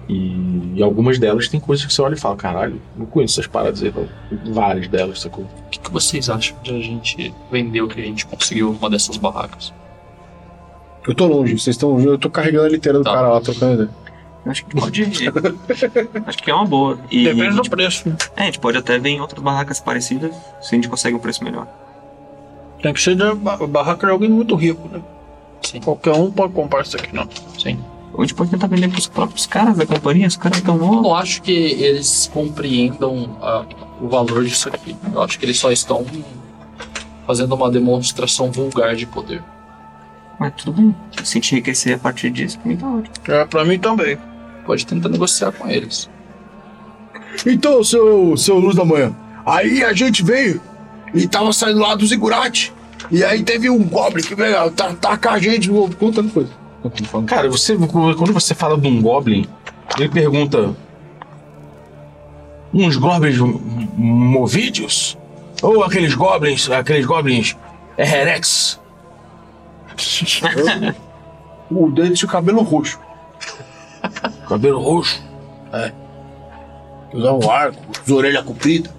S1: E, e algumas delas tem coisas que você olha e fala, caralho, não conheço essas paradas aí, não." várias delas, sacou?
S3: O que, que vocês acham de a gente vender o que a gente conseguiu numa dessas barracas?
S6: Eu tô longe, vocês estão longe. Eu tô carregando a liteira do
S3: Tá.
S6: cara lá, trocando ideia.
S2: Eu Acho que pode. acho que é uma boa. E,
S3: Depende do preço.
S2: É, a gente pode até ver em outras barracas parecidas se a gente consegue um preço melhor.
S5: Tem que ser da ba- barraca de alguém muito rico, né?
S3: Sim.
S5: Qualquer um pode comprar isso aqui, não.
S3: Sim.
S2: Ou a gente pode tentar vender pros próprios caras da companhia, os caras estão
S3: Eu
S2: mó.
S3: não acho que eles compreendam ah, o valor disso aqui. Eu acho que eles só estão fazendo uma demonstração vulgar de poder.
S2: Mas tudo bem. Se a gente enriquecer a partir disso, pra mim tá ótimo.
S5: É, pra mim também.
S3: Pode tentar negociar com eles.
S6: Então, seu, seu Luz da Manhã, aí a gente veio e tava saindo lá do zigurate. E aí teve um goblin que veio ta- tacar a gente, vou contando coisa. Contando, falando.
S1: Cara, você quando você fala de um goblin, ele pergunta uns goblins m- movídeos ou aqueles goblins, aqueles goblins Erex.
S6: O dele tinha o cabelo roxo.
S1: cabelo roxo.
S6: Usava um arco, as orelhas compridas,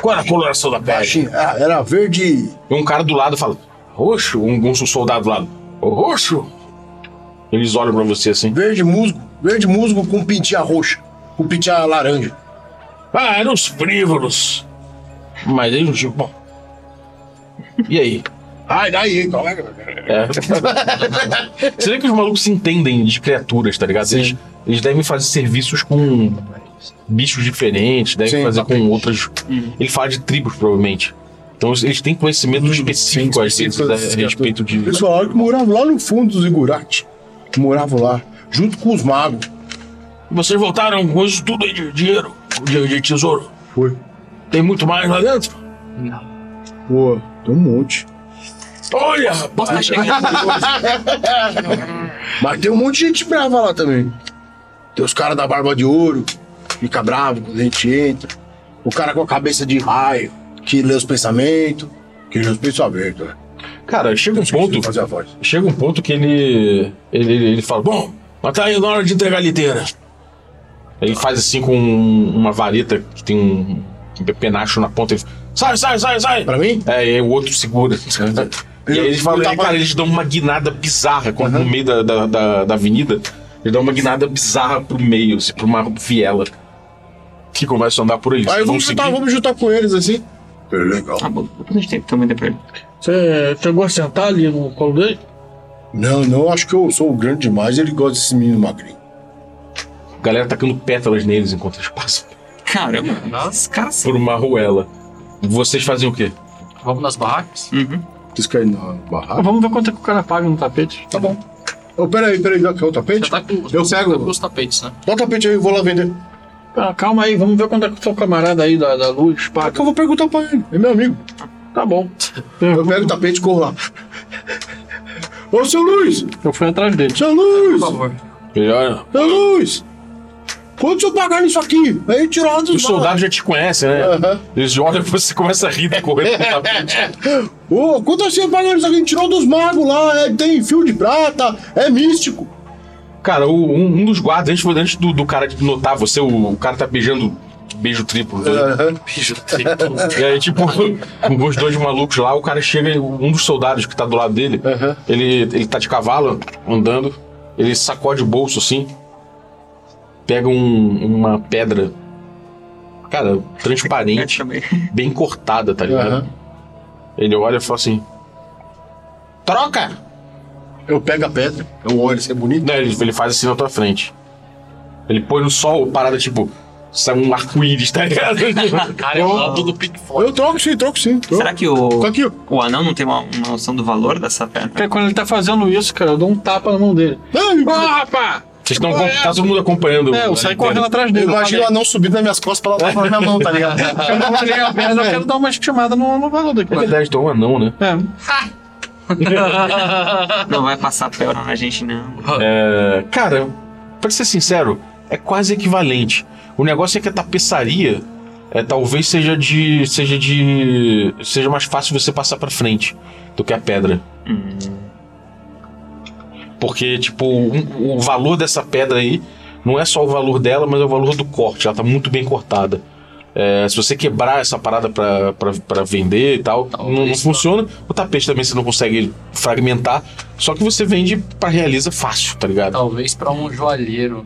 S1: Qual era a coloração da pele?
S6: baixinho. Ah, era verde.
S1: E um cara do lado fala: "Roxo?" Um, um soldado do lado. "Ô, roxo?" Eles olham pra você assim.
S6: Verde musgo. Verde musgo com pintinha roxa. Com pintinha laranja.
S1: Ah, eram os frívolos. Mas eles não tinham. Bom. E aí?
S6: Ai, daí, calma aí.
S1: É.
S6: É.
S1: Você vê que os malucos se entendem de criaturas, tá ligado? Eles, eles devem fazer serviços com bichos diferentes, devem
S6: Sim,
S1: fazer com outras. Ele fala de tribos, provavelmente. Então eles- eles têm conhecimento específico, às vezes, né,
S6: específico
S1: é a
S6: dessas
S1: respeito de.
S6: Eles falaram que moravam lá no fundo do zigurate. Que moravam lá, junto com os magos.
S1: Vocês voltaram com isso tudo aí de dinheiro, de, de tesouro.
S6: Foi.
S1: Tem muito mais lá dentro?
S3: Não.
S6: Pô, tem um monte.
S1: Olha, rapaz!
S6: Mas tem um monte de gente brava lá também. Tem os caras da barba de ouro, fica bravo quando a gente entra. O cara com a cabeça de raio, que lê os pensamentos, que lê os pensamentos. né?
S1: Cara, chega um ponto.
S6: Fazer a voz.
S1: Chega um ponto que ele. Ele, ele, ele fala: Bom, mas tá indo na hora de entregar a liteira. Ele faz assim com um- uma vareta que tem um penacho na ponta. Ele fala, sai, sai, sai, sai!
S6: Pra mim?
S1: É, e aí o outro segura. e aí eles falam:
S6: Eu
S1: e aí,
S6: tava-
S1: Cara, eles dão uma guinada bizarra quando no meio da, da, da, da avenida. Eles dão uma guinada bizarra pro meio, assim, pra uma viela. Que começa a andar por ali.
S6: Aí
S1: Vão
S6: vamos juntar,
S1: seguir.
S6: vamos juntar com eles assim. É legal.
S2: Tá bom, depois a gente tem que também pra ele.
S5: Você chegou a sentar ali no colo dele?
S6: Não, não, acho que eu sou grande demais. Ele gosta desse menino magrinho.
S1: A galera tacando pétalas neles enquanto eles passam
S2: Caramba,
S3: Nossa.
S2: esses caras são.
S1: por uma ruela. Vocês fazem o quê?
S3: Vamos nas barracas?
S1: Hum.
S2: Uhum.
S6: Vocês querem é na barraca?
S5: Vamos ver quanto é que o cara paga no tapete.
S6: Tá bom. Ô, peraí, peraí, quer o
S3: Já
S6: tapete?
S3: tá com,
S6: Eu
S3: você tá
S6: pego.
S3: com os tapetes, né?
S6: Dá o tapete aí, eu vou lá vender.
S5: Ah, calma aí, vamos ver quanto é que o seu camarada aí da, da luz
S6: É que
S5: paga.
S6: eu vou perguntar pra ele, é meu amigo.
S5: Tá bom.
S6: Eu pego o tapete e corro lá. Ô, seu Luiz!
S3: Eu fui atrás dele.
S6: Seu Luiz!
S3: Por favor.
S1: Ele olha.
S6: Seu Luiz! Quanto eu pagar nisso aqui? Aí tirou lá
S1: Os
S6: dos
S1: soldados já te conhecem, né?
S6: Aham.
S1: Eles olham e você começa a rir do correr tá- na frente.
S6: Ô, quanto assim eu pagar nisso aqui? Tirou dos magos lá, é, tem fio de prata, é místico.
S1: Cara, o- um, um dos guardas, antes, antes do, do cara de notar você, o, o cara tá beijando beijo
S6: É.
S1: triplo. né?
S6: Aham.
S1: E aí, tipo, os dois malucos lá, o cara chega, e um dos soldados que tá do lado dele,
S6: Aham.
S1: ele, ele tá de cavalo, andando, ele sacode o bolso assim, pega um- uma pedra, cara,
S2: Eu
S1: transparente,
S2: chamei.
S1: bem cortada, tá ligado?
S6: Aham.
S1: Ele olha e fala assim: Troca!
S6: Eu pego a pedra, eu olho, isso é bonito.
S1: Não, ele, ele faz assim na tua frente. Ele põe no sol, parada tipo. Sai um arco-íris, tá ligado?
S3: Cara, é o lado do Pickford.
S6: Eu troco sim, troco sim. Troco.
S2: Será que o,
S6: Tá aqui, ó.
S2: o anão não tem uma, uma noção do valor dessa pedra?
S7: Cara, quando ele tá fazendo isso, cara, eu dou um tapa na mão dele.
S5: Ah,
S6: Ai,
S7: rapaz!
S1: Vocês estão tá todo mundo acompanhando.
S7: É, eu
S1: né,
S7: saí
S1: entendeu?
S7: correndo atrás
S6: eu
S7: dele.
S6: imagino
S7: eu
S6: ela não subindo nas minhas costas pra ela tomar na mão, tá ligado?
S7: falei, eu não falei a perna, eu quero dar uma chamada no, no valor daqui.
S1: É verdade, tu é um anão, né?
S7: É.
S2: Não vai passar pedra na gente, não.
S1: É, cara, pra ser sincero, é quase equivalente. O negócio é que a tapeçaria é, talvez seja de. seja de. seja mais fácil você passar pra frente do que a pedra. Porque, tipo, um- o valor dessa pedra aí não é só o valor dela, mas é o valor do corte. Ela tá muito bem cortada. É, se você quebrar essa parada pra, pra, pra vender e tal, não, não funciona. O tapete também você não consegue fragmentar. Só que você vende pra realiza fácil, tá ligado?
S3: Talvez pra um joalheiro.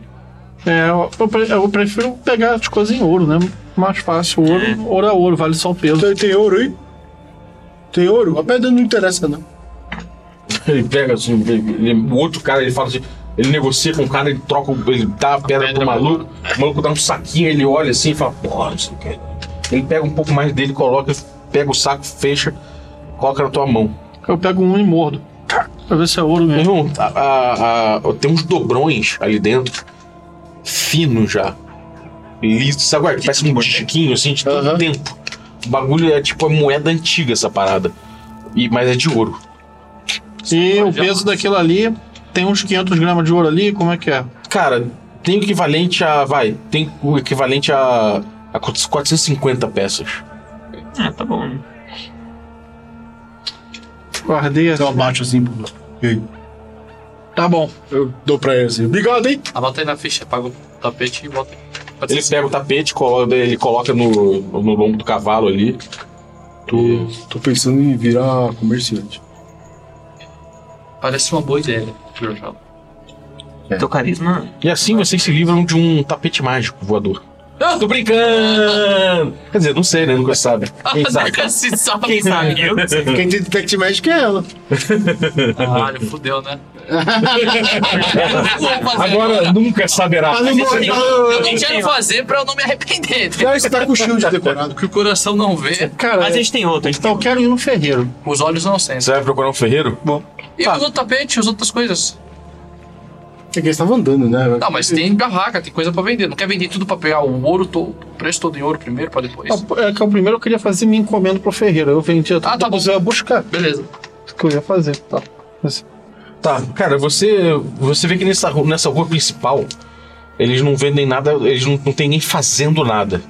S7: É, eu, eu pre- eu prefiro pegar as coisas em ouro, né? Mais fácil. Ouro, ouro é ouro, vale só o peso.
S6: Então Tem, tem ouro aí? Tem ouro? A pedra não interessa, não.
S1: Ele pega assim, ele- ele- o outro cara, ele fala assim. Ele negocia com o cara, ele troca, o- ele dá a pedra, pro maluco, o maluco dá um saquinho, ele olha assim e fala, porra, isso aqui. é-" Ele pega um pouco mais dele, coloca, pega o saco, fecha, coloca na tua mão.
S7: Eu pego um e mordo. Pra ver se é ouro
S1: Meu
S7: mesmo.
S1: irmão, a- a- a- tem uns dobrões ali dentro, fino já. Liso, sabe? ué, Parece um chiquinho assim, de tanto
S6: Aham.
S1: tempo. O bagulho é tipo a moeda antiga essa parada. E, mas é de ouro.
S7: E o peso daquilo ali tem uns 500 gramas de ouro ali, como é que é?
S1: Cara, tem o equivalente a. Vai, tem o equivalente a. a 450 peças.
S2: Ah, tá bom. né?
S7: Guardei
S6: Então
S7: assim.
S6: eu abaixo assim, pô. E aí?
S7: Tá bom.
S6: Eu dou pra ele assim. Obrigado, hein?
S3: Anota aí na ficha, paga o tapete e bota. Pode
S1: Ele
S3: ser assim.
S1: pega o tapete, colo- ele coloca no, no lombo do cavalo ali.
S6: Tô, tô pensando em virar comerciante.
S3: assim. Parece uma boa ideia, né? Jorjal.
S2: Teu carisma.
S1: E assim vocês se livram de um tapete mágico voador. Ah, tô brincando! Quer dizer, não sei, né? Nunca sabe. Quem sabe?
S3: Se sabe.
S2: Quem sabe? Eu não sei.
S6: Quem tem detective magic é ela.
S3: Caralho, fudeu, né? Vou fazer.
S1: Agora nunca saberá.
S6: Ela Ah, não morreu.
S3: Eu não quero fazer pra eu não me arrepender.
S6: Ah, Você tá com o shield decorado.
S3: Que o coração não vê,
S7: Cara, então,
S2: Mas a gente tem outro, a gente
S5: Então,
S2: tem
S7: eu quero ir no ferreiro.
S3: os olhos não sentem.
S1: Você vai procurar um ferreiro?
S3: E usa o tapete, usa outras coisas.
S6: É que eles estavam andando, né?
S3: Não, mas tem barraca, tem coisa pra vender. Não quer vender tudo pra pegar o ouro, to- o preço todo em ouro primeiro pra depois.
S7: É que o primeiro eu queria fazer minha encomenda pro ferreiro. Eu vendia tudo.
S3: Ah, tá bom.
S7: Eu ia buscar
S3: Beleza.
S7: o que eu ia fazer. Tá.
S1: Tá, cara, você, você vê que nessa, ru- nessa rua principal eles não vendem nada, eles não, não tem nem fazendo nada.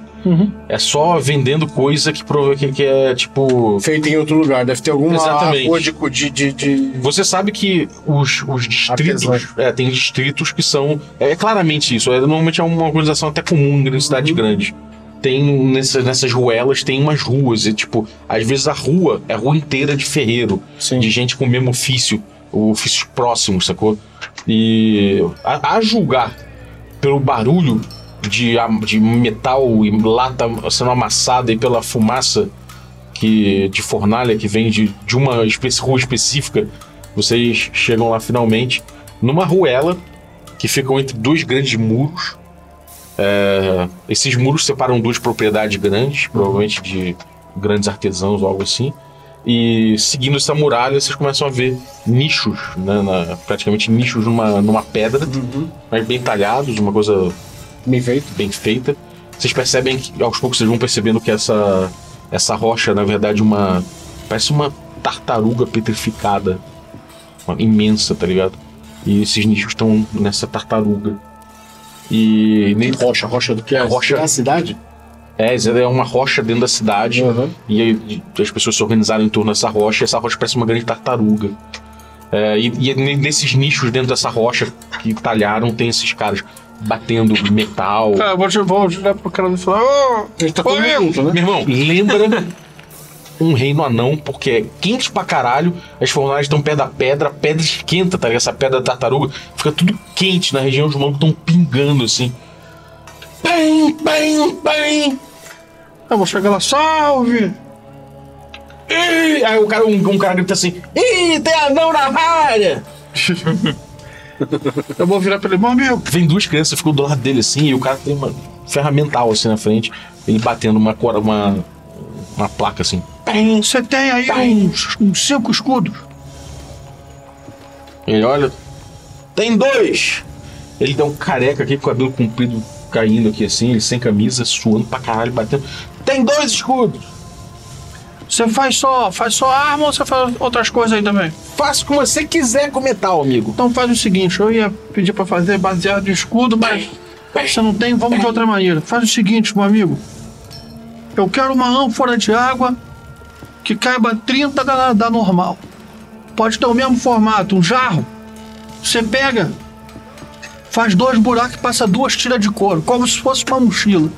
S1: É só vendendo coisa que, prova- que, que é tipo.
S6: Feito em outro lugar. Deve ter alguma
S1: Exatamente.
S6: rua de, co- de, de, de-
S1: Você sabe que os, os distritos.
S6: Artesãos.
S1: É, tem distritos que são. É claramente isso. É, normalmente é uma organização até comum em cidade grande. Tem nessas, nessas ruelas, tem umas ruas. E, tipo, às vezes a rua é a rua inteira de ferreiro.
S6: Sim.
S1: de gente com o mesmo ofício, ou ofícios próximos, sacou? E a, a julgar pelo barulho de, a- de metal e lata sendo amassada e pela fumaça que de fornalha que vem de, de uma espe- rua específica, vocês chegam lá finalmente numa ruela que ficam entre dois grandes muros. É, esses muros separam duas propriedades grandes, provavelmente de grandes artesãos ou algo assim. E seguindo essa muralha, vocês começam a ver nichos, né, na- praticamente nichos numa, numa pedra, mas bem talhados, uma coisa
S6: Uhum. Bem feito.
S1: bem feita. Vocês percebem que aos poucos vocês vão percebendo que essa essa rocha, na verdade, uma parece uma tartaruga petrificada uma- imensa, tá ligado? E esses nichos estão nessa tartaruga. E nem
S6: Rocha, rocha do que?
S1: A rocha-
S6: Da cidade?
S1: é, é uma rocha dentro da cidade
S6: Aham.
S1: e aí as pessoas se organizaram em torno dessa rocha, e essa rocha parece uma grande tartaruga. É, e, e ne- nesses nichos dentro dessa rocha que talharam, tem esses caras batendo metal.
S7: Cara, É, eu vou, te- vou olhar pro cara e falar: Ô, é?"
S6: A gente tá
S7: Ô,
S6: todo
S7: meu!
S6: junto, né?
S1: Meu irmão, lembra um reino anão, porque é quente pra caralho, as fornalhas estão pé da pedra, a pedra esquenta, tá ligado? Essa pedra da tartaruga fica tudo quente na região, os malucos estão pingando assim. Pim, pim, pim.
S7: eu vou chegar lá, salve!
S1: Ih! Aí o cara, um, um cara grita assim: Ih, tem anão na área!
S7: Eu vou virar pra ele: Meu amigo,
S1: Vem duas crianças, ficam do lado dele assim, e o cara tem uma ferramental assim na frente, ele batendo uma cora, uma, uma placa assim.
S5: Você tem aí uns, uns cinco escudos.
S1: Ele olha. Tem dois! Ele dá um careca aqui com o cabelo comprido caindo aqui assim, ele sem camisa, suando pra caralho, batendo. Tem dois escudos!
S5: Você faz só, faz só arma ou você faz outras coisas aí também?
S1: Faça o que você quiser com metal, amigo.
S5: Então faz o seguinte, eu ia pedir pra fazer baseado em escudo, mas você não tem, vamos de outra maneira. Faz o seguinte, meu amigo. Eu quero uma ânfora de água que caiba 30 da, da normal. Pode ter o mesmo formato, um jarro. Você pega, faz dois buracos e passa duas tiras de couro, como se fosse uma mochila.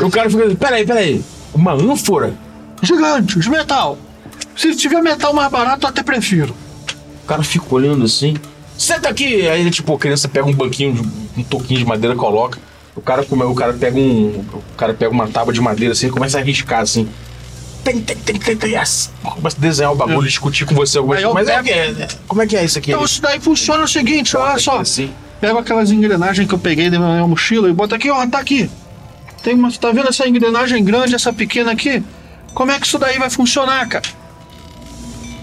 S1: O cara fica. Peraí, peraí. Uma ânfora?
S5: Gigante, de metal. Se tiver metal mais barato, eu até prefiro.
S1: O cara fica olhando assim. Senta aqui! Aí ele, tipo, a criança pega um banquinho, de- um toquinho de madeira, coloca. O cara, come- o cara pega um. O cara pega uma tábua de madeira assim e começa a riscar assim. Tem, tem, tem, tem, tem. assim. Começa a desenhar o bagulho, discutir com você algumas
S5: Aí eu
S1: coisas. Mas é,
S5: pego-
S1: que é, como é que é isso aqui?
S5: Então
S1: Ele
S5: isso daí funciona o seguinte,
S1: coloca
S5: olha
S1: aqui,
S5: só.
S1: assim.
S5: Pega aquelas engrenagens que eu peguei da minha mochila e bota aqui, ó, tá aqui. Tem uma, tá vendo essa engrenagem grande, essa pequena aqui? Como é que isso daí vai funcionar, cara?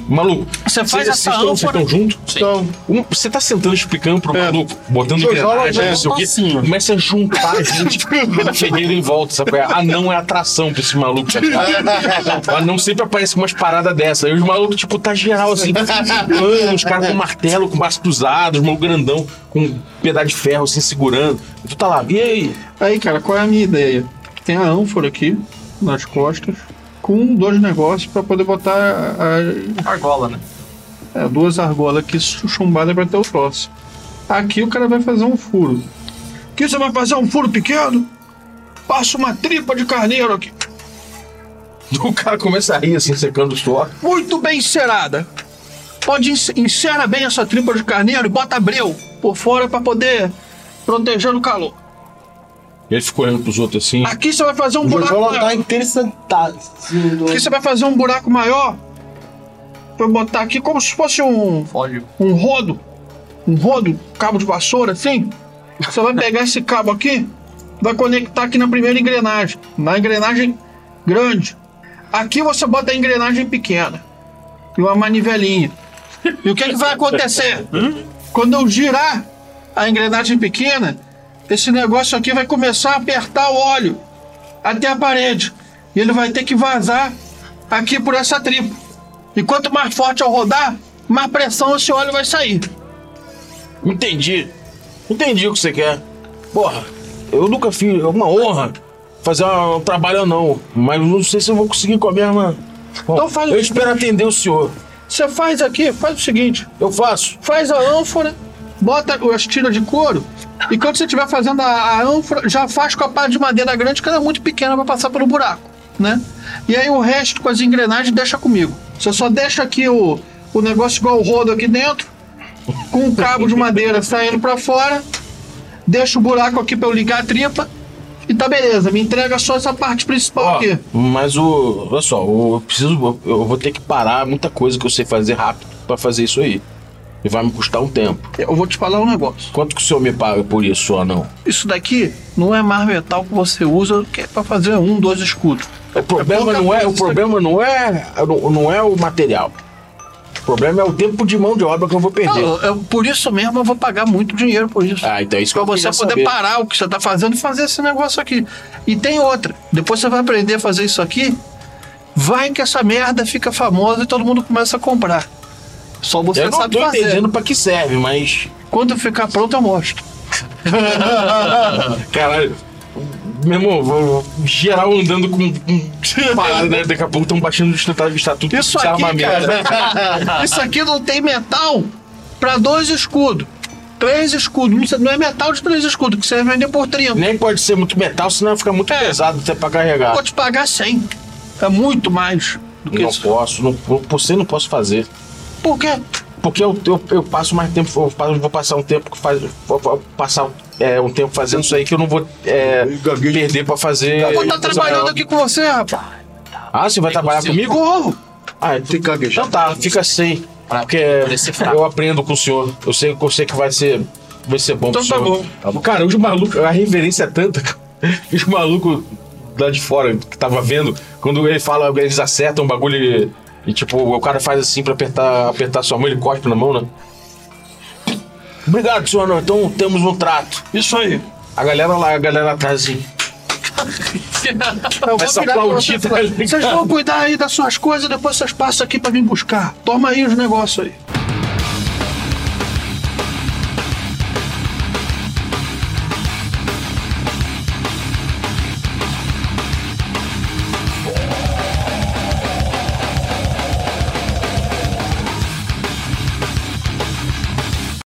S1: Maluco,
S5: Você faz
S1: vocês-
S5: essa
S1: vocês estão-
S5: ânfora-
S1: Vocês estão juntos?
S6: Então,
S1: Um- Você tá sentando, explicando pro
S6: É.
S1: maluco, botando
S6: Joga
S1: engrenagem,
S5: é
S6: lá, né?
S1: não sei o quê.
S5: assim,
S6: passinho.
S1: Começa a juntar a gente, ferreiro em volta, sabe? qual é? Anão é atração pra esse maluco. Sabe? qual é? O anão sempre aparece com umas paradas dessas. Aí os malucos, tipo, tá geral assim, mano, os caras com martelo, com braço cruzado, os malucos grandão, com um pedaço de ferro assim, segurando. E tu tá lá, e aí?
S7: aí, cara, qual é a minha ideia? Tem a ânfora aqui, nas costas, com dois negócios pra poder botar a-
S3: Argola, né?
S7: É, duas argolas aqui chumbadas pra ter o troço. Aqui o cara vai fazer um furo.
S5: Que você vai fazer um furo pequeno? Passa uma tripa de carneiro aqui,
S1: O cara começa a rir assim, secando o suor.
S5: muito bem encerada. Pode ins- encera bem essa tripa de carneiro e bota breu por fora pra poder proteger o calor.
S1: Ele ficou olhando pros outros assim.
S5: Aqui você vai fazer um
S6: o
S5: buraco.
S6: Jojola
S5: maior.
S6: tá assim, interessantado.
S5: Aqui você vai fazer um buraco maior pra botar aqui como se fosse um
S3: Fólio.
S5: um rodo, um rodo, cabo de vassoura assim. Você vai pegar esse cabo aqui, vai conectar aqui na primeira engrenagem, na engrenagem grande. Aqui você bota a engrenagem pequena e uma manivelinha. E o que, é que vai acontecer? Quando eu girar a engrenagem pequena, esse negócio aqui vai começar a apertar o óleo até a parede. E ele vai ter que vazar aqui por essa tripa. E quanto mais forte eu rodar, mais pressão esse óleo vai sair.
S1: Entendi. Entendi o que você quer. Porra, eu nunca fiz. É uma honra fazer um trabalho ou não. Mas não sei se eu vou conseguir com a mesma. Bom,
S5: Então faz o
S1: eu espero atender o senhor.
S5: Você faz aqui, faz o seguinte:
S1: Eu faço.
S5: faz a ânfora, bota as tiras de couro, e quando você estiver fazendo a, a ânfora, já faz com a parte de madeira grande, que ela é muito pequena pra passar pelo buraco, né? E aí o resto com as engrenagens deixa comigo. Você só deixa aqui o, o negócio igual o rodo aqui dentro, com o cabo de madeira saindo pra fora, deixa o buraco aqui pra eu ligar a tripa, e tá beleza, me entrega só essa parte principal
S1: Ó,
S5: aqui.
S1: mas o. Olha só, o- eu preciso. Eu vou ter que parar muita coisa que eu sei fazer rápido pra fazer isso aí. E vai me custar um tempo.
S5: Eu vou te falar um negócio.
S1: Quanto que o senhor me paga por isso, ou não?
S5: Isso daqui não é mais metal que você usa que é pra fazer um, dois escudos.
S1: O problema
S5: pouca
S1: não é,
S5: coisa
S1: o
S5: isso
S1: problema não é, não, não é o material. O problema é o tempo de mão de obra que eu vou perder.
S5: Eu- eu- por isso mesmo eu vou pagar muito dinheiro por isso.
S1: Ah, então é isso que
S5: pra
S1: eu
S5: você
S1: queria
S5: poder
S1: saber.
S5: parar o que você tá fazendo e fazer esse negócio aqui. E tem outra. Depois você vai aprender a fazer isso aqui. Vai que essa merda fica famosa e todo mundo começa a comprar. Só você
S1: Eu não
S5: sabe
S1: tô
S5: fazer.
S1: entendendo pra que serve, mas.
S5: Quando eu ficar pronto, eu mostro. Ah.
S1: Caralho. Meu irmão, vou- vou- geral andando com. com parada, né? Daqui a pouco estão baixando os tentáculos de né? estatuto.
S5: Isso aqui, Isso aqui não tem metal pra dois escudos. Três escudos. Não é metal de três escudos, que você vai vender por 30.
S1: Nem pode ser muito metal, senão fica muito
S5: É.
S1: pesado até pra carregar.
S5: Vou te pagar 100. É muito mais do que
S1: Não
S5: isso.
S1: posso, não, por ser não posso fazer.
S5: Por quê?
S1: Porque eu, eu, eu passo mais tempo, eu passo- vou passar um tempo que faz, vou- vou passar é, um tempo fazendo isso aí que eu não vou é,
S6: Eu gaguejo.
S1: perder pra fazer.
S5: Eu vou estar
S1: coisa
S5: trabalhando
S1: maior.
S5: aqui com você, rapaz.
S1: Ah, você vai trabalhar comigo?
S5: Corro.
S1: Ah,
S6: Tem que gaguejar.
S1: então tá, fica sem. Porque
S3: parecer fraco.
S1: eu aprendo com o senhor. Eu sei, eu sei que vai ser, vai ser bom
S5: Então
S1: pro
S5: tá
S1: senhor.
S5: bom.
S1: Tá bom. Cara, os malucos, a reverência é tanta. cara. Os malucos lá de fora que tava vendo, quando ele fala, eles acertam um bagulho e, e, tipo, o cara faz assim pra apertar, apertar sua mão, ele cospe na mão, né? Obrigado, senhor. Não. Então temos um trato.
S5: Isso aí.
S1: A galera lá, a galera atrás assim.
S5: Eu
S1: Essa
S5: virar pra
S1: aplaudida,
S5: você e falar,
S1: tá ligado?
S5: Vocês vão cuidar aí das suas coisas, depois vocês passam aqui pra me buscar. Toma aí os negócios aí.